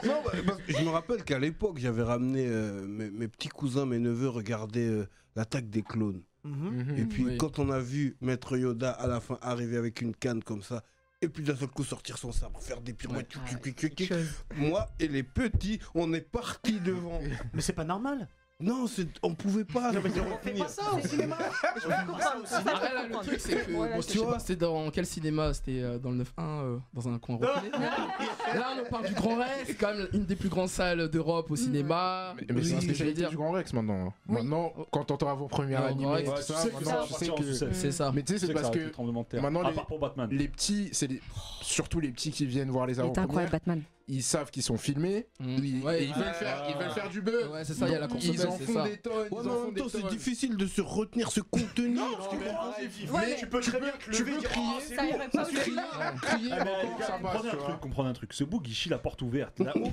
S4: Non, bah, parce que je me rappelle qu'à l'époque, j'avais ramené euh, mes, mes petits cousins, mes neveux regarder euh, l'attaque des clones.
S1: Mhm.
S7: Mhm.
S4: Et puis
S6: Oui.
S4: quand on a vu Maître Yoda à la fin arriver avec une canne comme ça, et puis d'un seul coup sortir son sabre, faire des pirouettes,
S6: Ouais.
S4: tchou, tchou, tchou, tchou,
S7: Ah,
S4: tchou.
S8: Chose.
S4: moi et les petits, on est partis
S7: [laughs]
S4: devant.
S1: Mais c'est pas normal.
S4: Non, c'est- on pouvait pas.
S1: On fait pas ça au cinéma. Je peux comprendre aussi.
S8: Ça, je peux
S6: Après, là, le
S8: comprendre.
S6: truc, c'est que.
S8: Voilà,
S6: bon,
S8: c'est-
S6: tu vois, c'était dans quel cinéma C'était euh, dans le 9-1, euh, dans un coin reculé. Là, on parle du Grand Rex, c'est quand même une des plus grandes salles d'Europe au cinéma.
S7: Mais, mais c'est la
S6: Oui, je veux
S7: spécialité
S6: dire.
S7: du Grand Rex maintenant. Maintenant, quand t'entends avant première
S6: Ouais,
S7: animée,
S6: ouais,
S7: tout
S3: Ouais,
S7: ça,
S3: tu sais que ça
S7: maintenant
S3: va
S7: tu sais
S3: partir en
S7: que.
S3: sucette.
S6: C'est ça.
S7: Mais tu sais,
S3: Tu sais
S7: c'est
S3: que ça
S7: parce
S3: va être le
S7: que
S3: tremblement de terre.
S7: maintenant,
S3: À
S7: les-
S3: part pour Batman.
S7: les petits, c'est les- surtout les petits qui viennent voir les
S8: Il est incroyable,
S7: avant-premières,
S8: Batman.
S7: ils savent qu'ils sont filmés.
S6: Mm.
S7: ils-
S6: Ouais,
S7: et ils, veulent faire, ils veulent faire du bœuf.
S6: Ouais, c'est ça, il y a la course au
S7: Ils
S6: bœuf,
S7: en
S6: c'est
S7: font
S6: ça.
S7: des tonnes.
S4: Ouais,
S7: ils
S4: mais
S7: en
S4: en
S7: font
S4: même
S7: des
S4: temps, c'est
S7: tonnes.
S4: difficile de se retenir, se contenir.
S1: Non, tu comprends, c'est vif.
S5: Ouais.
S1: Mais tu peux très bien te
S7: tu
S1: lever et
S7: peux
S1: dire
S7: crier,
S1: Ah, c'est
S5: ça
S1: lourd,
S5: irait pas
S1: ça
S5: au
S1: suffit.
S5: cinéma.
S7: Crier,
S3: Ah, mais
S7: encore, ça passe,
S3: Comprenez un
S7: tu vois.
S3: truc, comprenez un truc. Ce boug, il chie la porte ouverte. Il a aucune-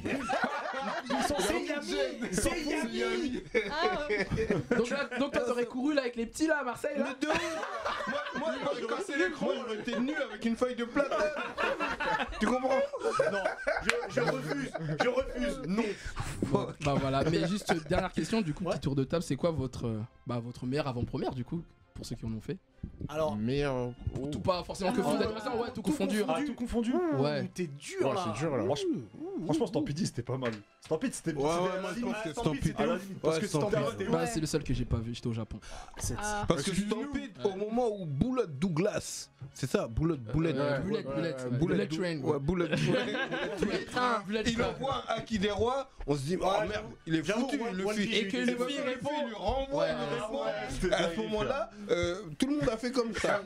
S1: Ils sont
S7: Il y a
S1: c'est
S7: aucune
S1: Yami,
S7: gêne. Ils s'en
S1: c'est
S7: foutent, c'est
S1: Yami.
S7: Yami.
S5: Ah, ouais.
S6: Donc, là, donc toi, t'aurais couru là avec les petits là à Marseille là
S4: Mais de ouf
S7: Moi, moi, j'ai cassé l'écran, j'aurais été nu avec une feuille
S4: [laughs]
S7: de platane.
S4: Tu comprends
S1: Non, je, je refuse, je refuse. Non.
S6: Bon, bah voilà, mais juste euh, dernière question, du coup,
S1: Ouais.
S6: petit tour de table, c'est quoi votre, euh, bah, votre meilleure avant-première, du coup, pour ceux qui en ont fait
S1: Alors,
S7: Mais euh, oh.
S6: Tout pas forcément que
S1: Ah,
S6: film
S1: ouais.
S6: d'animation, ouais, tout
S1: Tout
S6: confondu. hein.
S3: Ah, tout confondu.
S6: Ouais.
S1: t'es dur
S7: Ouais,
S1: là.
S7: oh, c'est dur, là.
S3: Franchement, Franchement, Stampede, c'était pas mal. Stampede, c'était
S4: Ouais, ouais, moi je pense que Stampede.
S3: à la limite, Parce
S4: Ouais,
S3: que Stampede,
S4: Stampede.
S3: c'était-
S6: Bah,
S5: Ouais.
S6: c'est le seul que j'ai pas vu, j'étais au Japon.
S5: Ah.
S4: Parce que
S7: Parce que
S4: Stampede, au moment où Boulette Douglas, c'est ça, Boulette, Boulette,
S6: Euh,
S7: ouais,
S6: Bullet,
S7: ouais,
S6: Bullet,
S7: ouais,
S6: ouais. Bullet Train.
S4: Ouais, Bullet
S6: Bullet Train, Bullet
S4: Il
S6: Train.
S4: envoie un qui des rois, on se dit, oh
S1: Ouais,
S4: merde, il est
S1: j'avoue,
S4: foutu,
S1: One-
S4: le
S1: One
S4: fils.
S1: Piece,
S6: Et que
S1: j'ai eu
S6: le
S1: des-
S6: fils
S4: Le
S6: répond.
S4: fils lui renvoie,
S6: Ouais.
S4: il
S1: Ah
S4: répond.
S1: ouais.
S3: c'était
S4: À
S3: dingue,
S4: ce moment-là, euh, tout le monde a fait comme ça.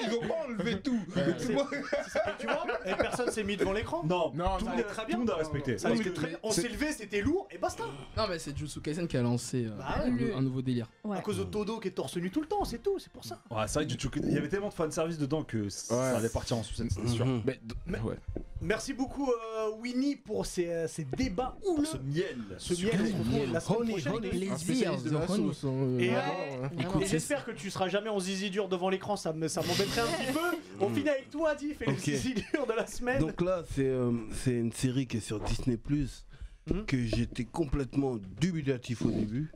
S4: Ils ont pas enlevé tout. [laughs] Mais tout le monde-
S1: Et tu vois, et personne s'est mis devant l'écran.
S3: Non,
S7: Non,
S3: tout le
S7: ça
S3: monde-
S1: allait très bien.
S3: Tout le monde a respecté.
S1: Ça
S7: Oui,
S1: risque
S7: mais-
S1: très-
S7: mais
S1: On
S7: c'est-
S1: s'est levé, c'était lourd et basta.
S6: Non, mais c'est Jutsu Kaisen qui a lancé euh,
S1: Bah
S6: un-
S5: ouais.
S6: un nouveau délire.
S5: Ouais.
S1: À cause de Todo qui est torse nu tout le temps, c'est tout, c'est pour ça.
S3: Ouais, c'est vrai que Jujutsu Kaisen- il y avait tellement de fanservice dedans que ça
S7: Ouais.
S3: allait partir en sucette, c'était sûr.
S4: Mhm.
S7: Mais- ouais.
S1: Merci beaucoup euh, Winnie pour ces, euh, ces débats houleux.
S3: Ce miel.
S1: Ce miel, on se retrouve la semaine
S4: Honey,
S1: prochaine.
S4: honey.
S1: Et
S7: Un spécialiste de la sauce. hein, euh,
S1: Et-
S7: vraiment, hein.
S6: Écoute, c'est-
S1: j'espère que tu seras jamais en zizi dur devant l'écran, ça me- ça m'embêterait un petit peu. On finit avec toi, Diff, et le
S4: Ok.
S1: zizi dur de la semaine.
S4: Donc là, c'est euh, c'est une série qui est sur Disney
S1: Mhm.
S4: que j'étais complètement dubitatif au début.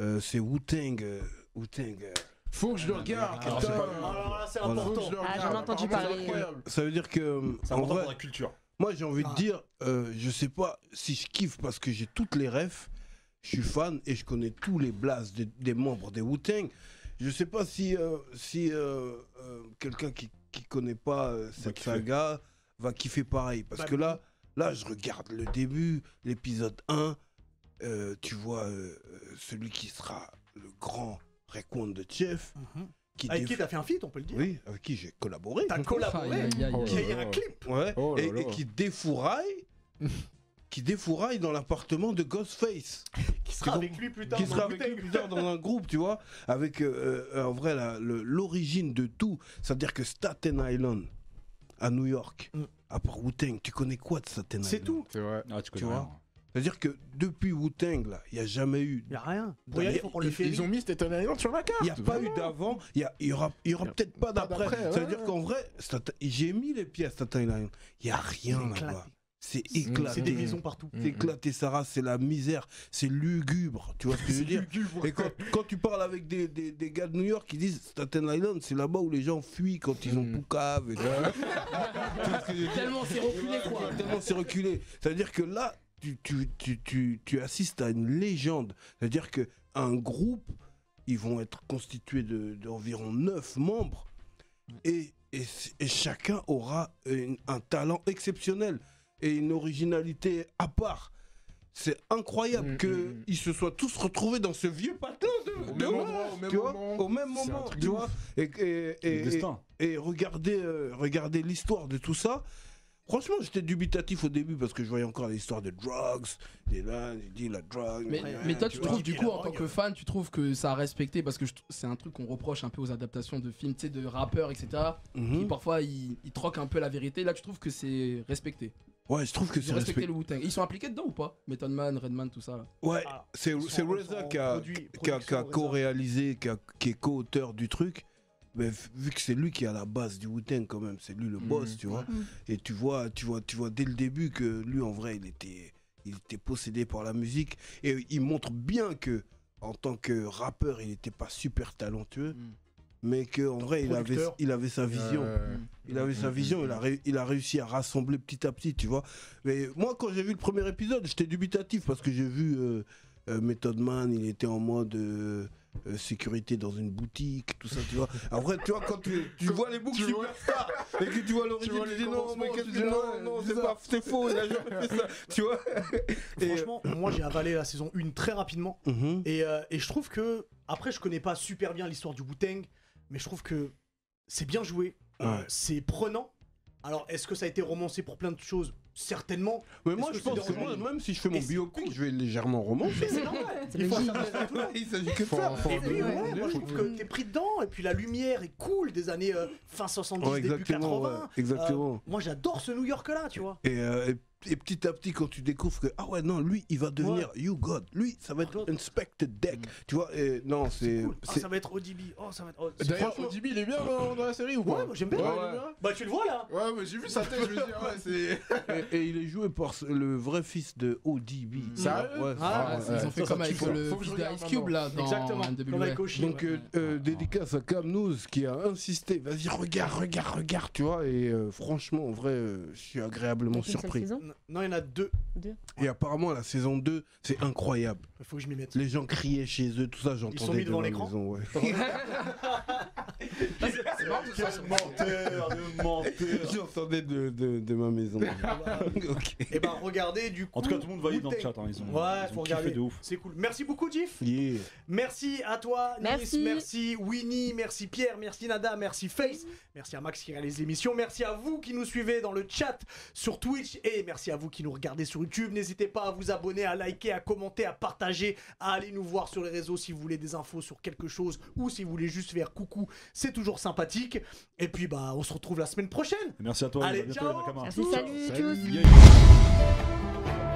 S4: Euh, c'est Wu-Tang. euh, Wu-Tang, euh.
S7: Faut que je le regarde.
S3: Alors, j'ai
S7: putain.
S3: pas vu.
S1: Alors là, c'est
S4: Voilà.
S7: Faut que je
S1: important.
S7: le
S8: Ah, j'en ai
S7: regarde.
S8: entendu
S7: Apparemment,
S8: parler.
S7: c'est incroyable.
S4: Ça veut dire que euh,
S3: C'est
S4: en
S3: important
S4: vrai,
S3: pour la culture.
S4: moi j'ai envie
S1: Ah.
S4: de dire, euh, je sais pas si je kiffe parce que j'ai toutes les refs. Je suis fan et je connais tous les blases des, des membres des Wu-Tang. Je sais pas si euh, si euh, euh, quelqu'un qui qui connaît pas euh, cette
S3: kiffer.
S4: saga va kiffer pareil parce
S1: Bah,
S4: que là, Là, je regarde le début, l'épisode 1. euh, tu vois euh, euh, celui qui sera le grand raconte de Chef.
S1: Mhm.
S4: Qui
S1: Avec
S4: déf-
S1: qui t'as fait un feat, on peut le dire.
S4: Oui, avec qui j'ai collaboré.
S1: T'as collaboré.
S6: Aïe, aïe, aïe, aïe.
S1: Il y a un clip.
S4: Ouais,
S7: Oh là
S4: et,
S7: là.
S4: et qui défouraille. qui défouraille dans l'appartement de Ghostface.
S1: Qui sera avec lui plus tard.
S4: qui
S1: dans
S4: sera
S1: le
S4: avec lui
S1: bouteille.
S4: plus tard dans un groupe, tu vois. Avec, euh, euh, en vrai, la- le- l'origine de tout. C'est-à-dire que Staten Island, à New York,
S1: Mm.
S4: à part Wu-Tang, tu connais quoi de Staten Island
S1: C'est tout.
S7: C'est vrai.
S3: Ah, tu
S4: Tu
S3: connais
S4: vois.
S3: rien.
S4: C'est-à-dire que depuis Wu-Tang, là, il n'y a jamais eu.
S1: Il y a rien. Pour
S4: Ils-
S1: y aller, faut prendre le
S7: Ils,
S1: ferry.
S7: ils ont mis Staten Island sur la carte.
S4: Il n'y a pas eu d'avant, il n'y aura, il y aura peut-être pas d'après.
S7: d'après, ouais,
S4: C'est-à-dire
S7: ouais.
S4: qu'en vrai, Staten- j'ai mis les pieds à Staten Island. Il n'y a rien
S1: Éclaté.
S4: là-bas. C'est Mm-hmm.
S1: C'est des
S7: Mm.
S4: éclaté.
S1: maisons partout.
S4: C'est éclaté, Sarah, c'est la misère, c'est lugubre, tu vois ce que je veux dire Et quand, quand tu parles avec des, des- des gars de New York, ils disent Staten Island, c'est là-bas où les gens fuient quand ils ont
S7: Mm.
S4: poucave. [laughs] Et tout.
S6: Tellement c'est reculé quoi.
S4: Tellement c'est reculé. C'est-à-dire que là, tu, tu, tu, tu, tu assistes à une légende. C'est-à-dire que un groupe, ils vont être constitués de- d'environ 9 membres et, et, c- et chacun aura une- un talent exceptionnel et une originalité à part. C'est incroyable
S7: Mm, mm, mm.
S4: qu'ils se soient tous retrouvés dans ce vieux patelin de, de
S7: Au même
S4: ouf,
S7: endroit, au même
S4: tu vois,
S7: moment.
S4: au même
S7: C'est un
S4: moment,
S7: truc
S4: tu
S7: de
S4: vois, et, et-
S3: C'est
S4: et-
S3: le destin.
S4: et regardez, euh, regardez l'histoire de tout ça. Franchement, j'étais dubitatif au début parce que je voyais encore l'histoire de drugs, des là, il dit la drogue.
S6: Mais,
S1: Ouais,
S7: euh,
S6: mais toi, tu,
S1: tu vois,
S6: trouves du
S1: il
S6: coup,
S1: a
S6: en tant
S1: drogue.
S6: que fan, tu trouves que ça a respecté parce que je tr- c'est un truc qu'on reproche un peu aux adaptations de films, tu sais, de rappeurs, etc. Qui
S4: Mhm.
S6: parfois ils, ils troquent un peu la vérité. Là, tu trouves que c'est respecté.
S4: Ouais, je trouve que
S6: Ils
S4: c'est
S6: ont respecté
S4: respect.
S6: le Wu-Tang. Ils sont impliqués dedans ou pas Method Man, Redman, tout ça. là.
S4: Ouais,
S1: Ah,
S4: c'est
S1: ils sont-
S4: c'est
S1: ils
S4: Reza
S1: sont
S4: qui a,
S1: produits-
S4: qui a- qui a
S1: production Reza.
S4: co-réalisé, qui, a- qui est co-auteur du truc. Mais v- vu que c'est lui qui est à la base du Wu-Tang quand même, c'est lui le boss,
S7: Mhm.
S4: tu vois.
S5: Mhm.
S4: Et tu vois, tu vois, tu vois dès le début que lui en vrai, il était, il était possédé par la musique et il montre bien que en tant que rappeur, il n'était pas super talentueux,
S6: Mhm.
S4: mais que en vrai, il avait,
S1: Producteur.
S4: il avait sa vision.
S7: Euh,
S4: Il avait sa
S7: Mhm.
S4: vision, il a, ré- il a réussi à rassembler petit à petit, tu vois. Mais moi, quand j'ai vu le premier épisode, j'étais dubitatif parce que j'ai vu euh, euh, Method Man, il était en mode euh, euh, sécurité dans une boutique, tout ça, tu vois. Après, tu vois, quand tu, tu vois les boucles
S7: tu vois-
S4: superstars et que tu vois
S7: Tu
S4: l'origine,
S7: vois
S4: tu
S7: les
S4: dis non, mais
S7: commencements,
S4: qu'est-ce
S7: tu
S4: que-
S7: dis,
S4: non,
S7: ouais,
S4: non, c'est
S7: bizarre.
S4: pas, c'est faux, il a jamais fait ça, tu vois. Et, euh,
S1: Franchement, moi j'ai avalé la saison 1 très rapidement.
S4: mhm.
S1: Et, euh, et je trouve que, après, je connais pas super bien l'histoire du Wu-Tang, mais je trouve que c'est bien joué, euh,
S4: Ouais.
S1: c'est prenant. Alors, est-ce que ça a été romancé pour plein de choses Certainement.
S4: Mais moi,
S1: Est-ce
S4: je
S1: que c'est
S4: pense que
S1: dangereux
S4: moi, même si je fais mon
S1: Et c'est
S4: biopic, je vais légèrement romancer.
S1: Mais c'est normal.
S8: C'est
S1: Il faut
S8: logique.
S1: s'adapter à tout le monde.
S4: il s'agit que de ça.
S1: Et puis, ouais,
S4: Ouais,
S1: moi je trouve que t'es pris dedans, et puis la lumière est cool des années euh, fin 70, début
S4: exactement,
S1: 80.
S4: ouais, exactement.
S1: Moi j'adore ce New York là, tu vois.
S4: Et, euh, et- et petit à petit, quand tu découvres que, ah ouais, non, lui, il va devenir You God. Lui, ça va être
S1: God.
S4: Inspected Deck. Tu vois, et non, c'est.
S1: Cool. Mm. Ah,
S4: c'est-
S1: ça va être ODB. Oh, ça va être. oh, c'est-
S7: D'ailleurs,
S1: franchement-
S7: Jimmy, il est bien dans, dans la série ou pas
S1: Ouais, moi, j'aime bien.
S7: Ouais,
S1: Ouais.
S7: il est bien.
S1: Bah, tu le vois là
S7: Ouais, mais j'ai vu sa tête, je me dis, ouais, c'est.
S4: et, et il est joué par ce- le vrai fils de ODB.
S6: Mm.
S7: Sérieux
S4: Ouais,
S1: Ah,
S6: Ah,
S4: c'est
S6: ils
S4: vrai, ouais.
S6: ont fait
S7: ça,
S6: comme
S7: ça
S6: avec
S7: tue, ça.
S6: le
S7: Faut que
S6: fils
S7: je regarde
S6: d'Ice Cube là dans
S1: Exactement.
S6: NWA.
S1: Comme avec Oshie,
S4: Donc,
S1: ouais.
S4: euh, euh, dédicace à Cam Noose qui a insisté. Vas-y, regarde, regarde, regarde, tu vois. Et euh, franchement, en vrai, euh, je suis agréablement
S8: Avec une seule
S4: surpris.
S8: saison.
S1: Non, il y en a deux.
S4: Et apparemment, la saison 2, c'est incroyable.
S1: Faut que je m'y mette.
S4: Les gens criaient chez eux, tout ça, j'entendais.
S1: sont mis
S4: de
S1: devant
S4: la
S1: l'écran
S4: maison, ouais.
S1: [laughs]
S6: C'est marrant, ce soir,
S3: Quel menteur, le menteur.
S4: J'entendais de, de, de
S1: [laughs]
S4: ma maison. [laughs] ok.
S1: Et bah, regardez du coup.
S3: [laughs] En tout cas, tout le monde va y aller dans le
S1: Wu-Tang.
S3: chat. hein, Ils ont,
S1: Ouais,
S3: ils
S1: faut
S3: ont kiffé
S1: regarder.
S3: de ouf.
S1: C'est cool. Merci beaucoup, Jif.
S4: Yeah.
S1: Merci à toi, Nice.
S8: Merci.
S1: merci Winnie, merci Pierre, merci Nada, merci Face, merci à Max qui réalise l'émission, merci à vous qui nous suivez dans le chat sur Twitch et merci à vous qui nous regardez sur YouTube. N'hésitez pas à vous abonner, à liker, à commenter, à partager, à aller nous voir sur les réseaux si vous voulez des infos sur quelque chose ou si vous voulez juste faire coucou, c'est toujours sympathique. Et puis bah on se retrouve la semaine prochaine.
S3: Merci à toi.
S1: Allez,
S3: à bientôt,
S1: ciao.
S3: les Nakama.
S8: Merci, salut, tchuss.
S3: Yeah.